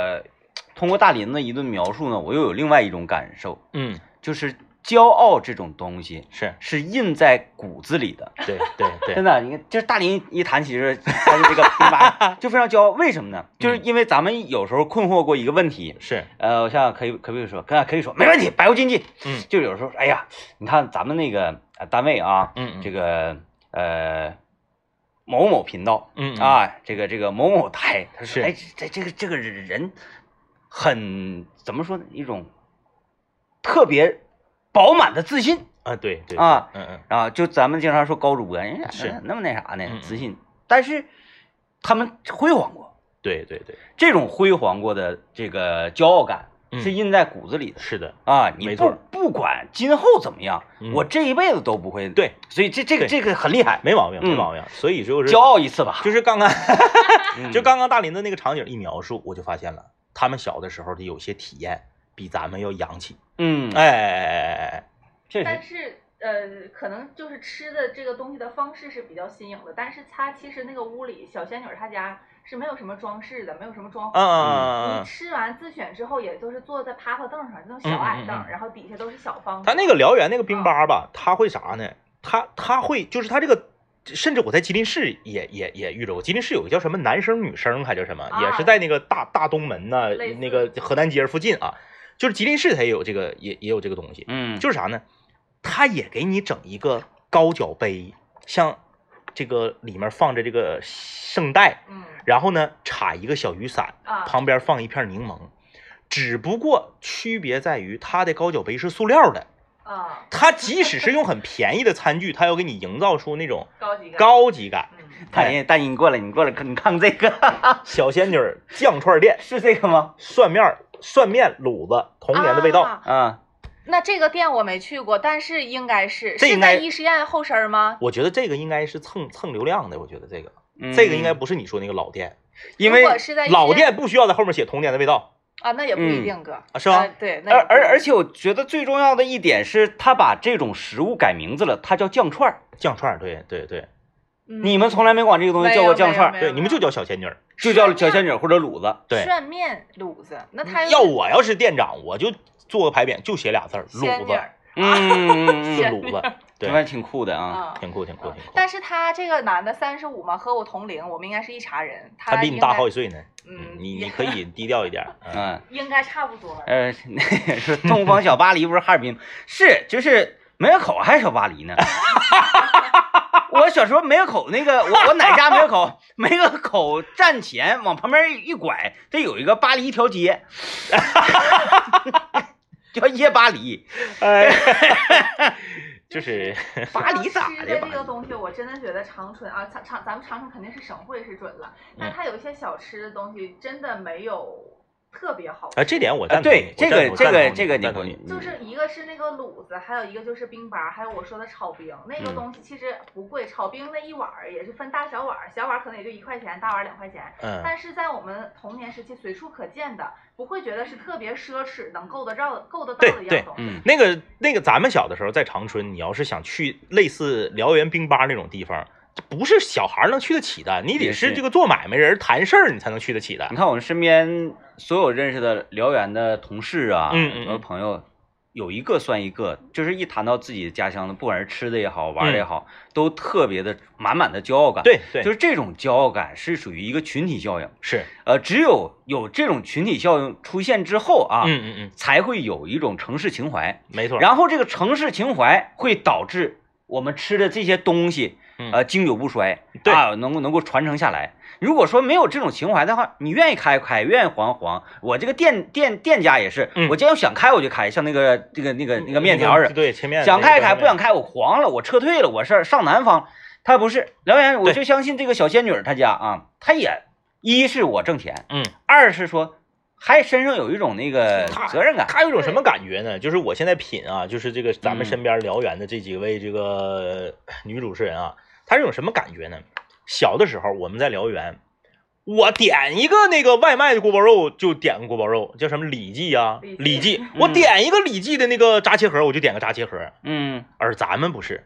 Speaker 1: 通过大林子一顿描述呢，我又有另外一种感受，
Speaker 2: 嗯，
Speaker 1: 就是骄傲这种东西
Speaker 2: 是
Speaker 1: 是印在骨子里的。
Speaker 2: 对对
Speaker 1: 真
Speaker 2: 对，
Speaker 1: 的，你看，就是大林一谈起这，他就这个兵 马就非常骄傲。为什么呢？就是因为咱们有时候困惑过一个问题，
Speaker 2: 是
Speaker 1: 呃，我想想可以可不可以说，可以可以说没问题，百无禁忌。
Speaker 2: 嗯
Speaker 1: 就有时候，哎呀，你看咱们那个呃单位啊，
Speaker 2: 嗯嗯
Speaker 1: 这个呃某某频道，
Speaker 2: 嗯嗯
Speaker 1: 啊，这个这个某某台，他
Speaker 2: 是
Speaker 1: 说，哎，这这这个这个人很怎么说呢？一种特别饱满的自信
Speaker 2: 啊，对对，
Speaker 1: 啊
Speaker 2: 嗯嗯
Speaker 1: 啊，就咱们经常说高主播，人家
Speaker 2: 是
Speaker 1: 那那么那啥呢
Speaker 2: 嗯嗯，
Speaker 1: 自信，但是他们辉煌过，
Speaker 2: 对对对，
Speaker 1: 这种辉煌过的这个骄傲感
Speaker 2: 嗯
Speaker 1: 是印在骨子里的。
Speaker 2: 是的，
Speaker 1: 啊，你
Speaker 2: 没
Speaker 1: 不
Speaker 2: 错
Speaker 1: 不管今后怎么样，
Speaker 2: 嗯
Speaker 1: 我这一辈子都不会
Speaker 2: 对，
Speaker 1: 所以这这个
Speaker 2: 对
Speaker 1: 这个很厉害，
Speaker 2: 没毛病没
Speaker 1: 嗯
Speaker 2: 毛病。所以就是
Speaker 1: 骄傲一次吧，
Speaker 2: 就是刚刚。
Speaker 1: 嗯
Speaker 2: 就刚刚大林的那个场景一描述，我就发现了，他们小的时候的有些体验比咱们要洋气。
Speaker 1: 嗯，
Speaker 2: 哎哎哎哎哎哎，
Speaker 1: 确
Speaker 4: 但
Speaker 1: 实，
Speaker 4: 是呃，可能就是吃的这个东西的方式是比较新颖的，但是它其实那个屋里小仙女儿她家是没有什么装饰的，没有什么装
Speaker 2: 嗯
Speaker 4: 潢。
Speaker 2: 嗯嗯
Speaker 4: 你
Speaker 2: 嗯。
Speaker 4: 吃完自选之后，也就是坐在趴趴凳上，那种
Speaker 2: 嗯嗯
Speaker 4: 小矮凳，
Speaker 2: 嗯嗯
Speaker 4: 然后底下都是小方。
Speaker 2: 他那个辽源那个冰吧吧，他会啥呢？他他会就是他这个。甚至我在吉林市也也也遇着过，吉林市有个叫什么男生女生还叫什么，
Speaker 4: 啊
Speaker 2: 也是在那个大大东门呐、
Speaker 4: 类似
Speaker 2: 那个河南街附近啊，就是吉林市它也有这个也也有这个东西，
Speaker 1: 嗯，
Speaker 2: 就是啥呢？他也给你整一个高脚杯，像这个里面放着这个圣代，
Speaker 4: 嗯
Speaker 2: 然后呢，插一个小雨伞，
Speaker 4: 啊，
Speaker 2: 旁边放一片柠檬，只不过区别在于它的高脚杯是塑料的，
Speaker 4: 啊，
Speaker 2: 它即使是用很便宜的餐具，它要给你营造出那种
Speaker 4: 高级感。
Speaker 2: 高级感。
Speaker 4: 嗯，
Speaker 1: 大
Speaker 2: 哎
Speaker 1: 姨大姨 你过来，你过来，你看这个
Speaker 2: 小仙女儿酱串店
Speaker 1: 是这个吗？
Speaker 2: 蒜面儿蒜面卤子童年的味道。
Speaker 4: 啊
Speaker 1: 啊，
Speaker 4: 那这个店我没去过，但是应该是
Speaker 2: 这
Speaker 4: 是
Speaker 2: 应该
Speaker 4: 在伊势宴后身儿吗？
Speaker 2: 我觉得这个应该是蹭蹭流量的，我觉得这个
Speaker 1: 嗯
Speaker 2: 这个应该不是你说那个老店，
Speaker 1: 因
Speaker 4: 如
Speaker 1: 为
Speaker 4: 果是在伊势
Speaker 2: 老
Speaker 4: 宴
Speaker 2: 店不需要在后面写童年的味道
Speaker 4: 啊，那也不一
Speaker 1: 嗯
Speaker 4: 定哥，
Speaker 2: 啊，是吧
Speaker 4: 呃？对，那
Speaker 1: 而
Speaker 4: 也不
Speaker 1: 而
Speaker 4: 一
Speaker 1: 而
Speaker 4: 定
Speaker 1: 且我觉得最重要的一点是，他把这种食物改名字了，它叫酱串儿。
Speaker 2: 酱串儿，对对对
Speaker 4: 嗯
Speaker 1: 你们从来没管这个东西
Speaker 4: 没
Speaker 1: 叫
Speaker 4: 有
Speaker 1: 过酱
Speaker 4: 没有
Speaker 1: 串儿，
Speaker 4: 没有
Speaker 2: 对，你们就叫小仙女儿。
Speaker 1: 就叫小仙女儿或者卤子。
Speaker 2: 对，
Speaker 4: 涮面卤子，那他
Speaker 2: 嗯要我要是店长，我就做个牌匾，就写俩字儿
Speaker 4: 仙
Speaker 2: 卤
Speaker 4: 女儿
Speaker 2: 子，
Speaker 1: 嗯，
Speaker 4: 仙
Speaker 1: 嗯
Speaker 4: 女
Speaker 1: 嗯
Speaker 2: 卤子，
Speaker 1: 这
Speaker 2: 对
Speaker 1: 玩意儿挺酷的啊。
Speaker 4: 啊。
Speaker 2: 挺酷挺酷挺酷。
Speaker 4: 但是他这个男的三十五嘛，和我同龄，我们应该是一茬人。
Speaker 2: 他比你大好几
Speaker 4: 岁，
Speaker 2: 岁呢，嗯，
Speaker 4: 嗯，
Speaker 2: 你哎
Speaker 4: 也
Speaker 2: 你可以低调一点儿， 嗯
Speaker 1: 嗯，
Speaker 4: 应该差不多。
Speaker 1: 呃，那是东方小巴黎，不是哈尔滨吗，是就是门源口还是小巴黎呢。 我小时候门源口那个，我我奶家门源口，门源口站前往旁边一拐，这有一个巴黎一条街， 叫夜巴黎。哎
Speaker 2: 就是
Speaker 1: 巴黎咋的？
Speaker 4: 这
Speaker 1: 巴
Speaker 4: 个
Speaker 1: 黎
Speaker 4: 东西，我真的觉得长春啊，长长咱们长春肯定是省会是准了，
Speaker 2: 嗯
Speaker 4: 但它有一些小吃的东西真的没有特别好吃。
Speaker 2: 啊，这点我
Speaker 1: 啊，
Speaker 2: 赞同你。
Speaker 1: 对这个
Speaker 2: 我
Speaker 1: 这
Speaker 2: 赞同
Speaker 1: 个
Speaker 2: 你
Speaker 1: 这个
Speaker 2: 我赞
Speaker 1: 你
Speaker 2: 同
Speaker 1: 可
Speaker 2: 你
Speaker 1: 以，
Speaker 2: 嗯
Speaker 4: 就是一个是那个卤子，还有一个就是冰粑，还有我说的炒冰，那个
Speaker 2: 嗯
Speaker 4: 东西其实不贵，炒冰那一碗儿也是分大小碗儿，小碗儿可能也就一块钱，大碗儿两块钱，
Speaker 2: 嗯，
Speaker 4: 但是在我们童年时期随处可见的，不会觉得是特别奢侈能够得着、够得到的一
Speaker 2: 对
Speaker 4: 样东西。
Speaker 1: 嗯
Speaker 2: 那个那个，咱们小的时候在长春，你要是想去类似辽源冰吧那种地方，不是小孩儿能去得起的，你得
Speaker 1: 也
Speaker 2: 是
Speaker 1: 是嗯
Speaker 2: 这个做买卖人谈事儿，你才能去得起的
Speaker 1: 你。看我们身边所有认识的辽源的同事啊，
Speaker 2: 嗯嗯嗯
Speaker 1: 很多朋友，有一个算一个，就是一谈到自己的家乡的，不管是吃的也好，玩的也好，都特别的满满的骄傲感。，
Speaker 2: 嗯对对，
Speaker 1: 就是这种骄傲感是属于一个群体效应。
Speaker 2: 是，
Speaker 1: 呃，只有有这种群体效应出现之后啊，
Speaker 2: 嗯嗯嗯，
Speaker 1: 才会有一种城市情怀，
Speaker 2: 没错。
Speaker 1: 然后这个城市情怀会导致我们吃的这些东西
Speaker 2: 嗯，
Speaker 1: 呃，经久不衰，
Speaker 2: 对
Speaker 1: 啊，能够能够传承下来。如果说没有这种情怀的话，你愿意开开，愿意黄黄。我这个店店店家也是，
Speaker 2: 嗯
Speaker 1: 我今天要想开我就开，像那个这个那个那个面条似的，
Speaker 2: 对，切面
Speaker 1: 想开开，
Speaker 2: 那个
Speaker 1: 不想开我黄了，我撤退了，我是上南方。他不是辽源，我
Speaker 2: 对
Speaker 1: 就相信这个小仙女儿她家啊，她也一是我挣钱，
Speaker 2: 嗯，
Speaker 1: 二是说还身上有一种那个
Speaker 2: 她
Speaker 1: 责任感，
Speaker 2: 他有一种什么感觉呢？就是我现在品啊，就是这个咱们
Speaker 1: 嗯
Speaker 2: 身边辽源的这几位这个呃女主持人啊，她是一种什么感觉呢？小的时候我们在辽源，我点一个那个外卖的锅包肉就点个锅包肉，叫什么李记啊，李
Speaker 4: 李记
Speaker 2: 记，我点一个李记的那个炸茄盒，我就点个炸茄盒。
Speaker 1: 嗯
Speaker 2: 而咱们不是，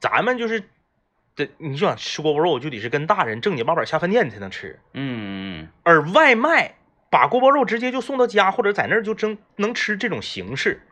Speaker 2: 咱们就是，这你想吃锅包肉就得是跟大人正经八百下饭店你才能吃。
Speaker 1: 嗯嗯
Speaker 2: 而外卖把锅包肉直接就送到家，或者在那儿就蒸能吃这种形式，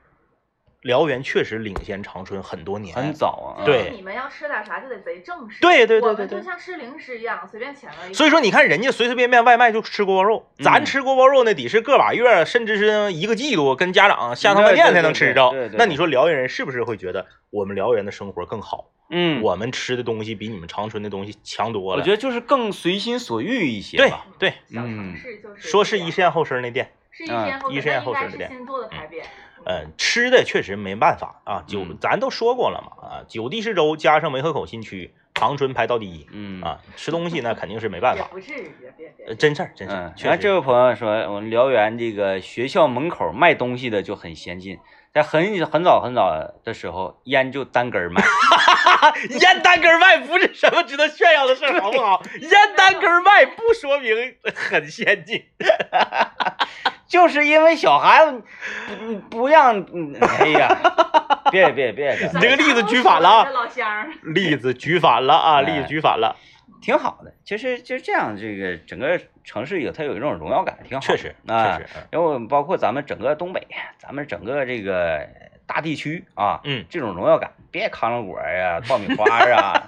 Speaker 2: 辽源确实领先长春很多年。
Speaker 1: 嗯，很早啊，
Speaker 4: 就
Speaker 2: 对
Speaker 4: 是你们要吃点啥就得贼正式，
Speaker 2: 对对对
Speaker 4: 我
Speaker 2: 对
Speaker 4: 们
Speaker 2: 对
Speaker 4: 就像吃零食一样，随便抢了一个。
Speaker 2: 所以说，你看人家随随便便外卖就吃锅包肉，
Speaker 1: 嗯
Speaker 2: 咱吃锅包肉那得是个把月，甚至是一个季度跟家长下趟饭
Speaker 1: 对
Speaker 2: 店
Speaker 1: 对
Speaker 2: 才能
Speaker 1: 对
Speaker 2: 吃
Speaker 1: 对
Speaker 2: 着
Speaker 1: 对对对。
Speaker 2: 那你说辽源人是不是会觉得我们辽源的生活更好？
Speaker 1: 嗯，
Speaker 2: 我们吃的东西比你们长春的东西强多
Speaker 1: 我
Speaker 2: 了。
Speaker 1: 觉得就是更随心所欲一些
Speaker 2: 对
Speaker 1: 吧。
Speaker 2: 对，
Speaker 4: 小城
Speaker 1: 嗯
Speaker 4: 市就是
Speaker 2: 说是一
Speaker 4: 一
Speaker 2: 试验后生那店，
Speaker 4: 是一天后
Speaker 2: 一试验后
Speaker 4: 那
Speaker 2: 是
Speaker 4: 应
Speaker 2: 这
Speaker 4: 该
Speaker 2: 样
Speaker 4: 是新做的牌匾。
Speaker 2: 嗯，吃的确实没办法啊，九、
Speaker 1: 嗯
Speaker 2: 咱都说过了嘛啊，九地市州加上梅河口新区，长春排到第一、
Speaker 1: 嗯
Speaker 2: 啊，吃东西那肯定是没办
Speaker 4: 也
Speaker 2: 法，
Speaker 4: 不至于，别别别
Speaker 2: 呃，，真事儿真事儿，
Speaker 1: 嗯，
Speaker 2: 确
Speaker 1: 然后
Speaker 2: 实
Speaker 1: 这位朋友说，我们辽源这个学校门口卖东西的就很先进，在很很早很早的时候，烟就单根儿卖。
Speaker 2: 烟单根儿卖不是什么值得炫耀的事儿，好不好？烟单根儿卖不说明很先进，
Speaker 1: 就是因为小孩子不不让，嗯哎呀，别别 别的，
Speaker 4: 咱
Speaker 2: 这个例子举反了啊
Speaker 4: 老乡儿，
Speaker 2: 例子举反了啊，
Speaker 1: 哎
Speaker 2: 例子举反了，
Speaker 1: 挺好的，其实就这样，这个整个城市有它有一种荣耀感，挺好
Speaker 2: 确
Speaker 1: 的。
Speaker 2: 实
Speaker 1: 啊
Speaker 2: 确实，嗯
Speaker 1: 然后包括咱们整个东北，咱们整个这个大地区啊，
Speaker 2: 嗯
Speaker 1: 这种荣耀感，别康乐果呀、爆米花 啊，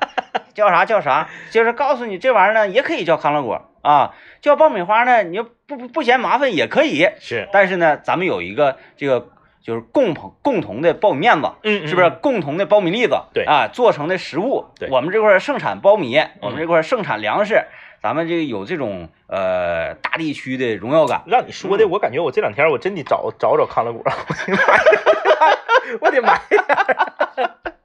Speaker 1: 叫啥叫啥，就是告诉你这玩意儿呢也可以叫康乐果啊，叫爆米花呢你就不不不嫌麻烦也可以，
Speaker 2: 是，
Speaker 1: 但是呢，咱们有一个这个就是共同共同的苞米面子，
Speaker 2: 嗯嗯
Speaker 1: 是不是？共同的苞米粒子？
Speaker 2: 对
Speaker 1: 啊，做成的食物，
Speaker 2: 对嗯
Speaker 1: 我们这块儿盛产苞米，我们这块儿盛产粮食，咱们这个有这种呃大地区的荣耀感。
Speaker 2: 让你说的，我感觉我这两 天我真得找找找康乐果，我得买，我得买点儿，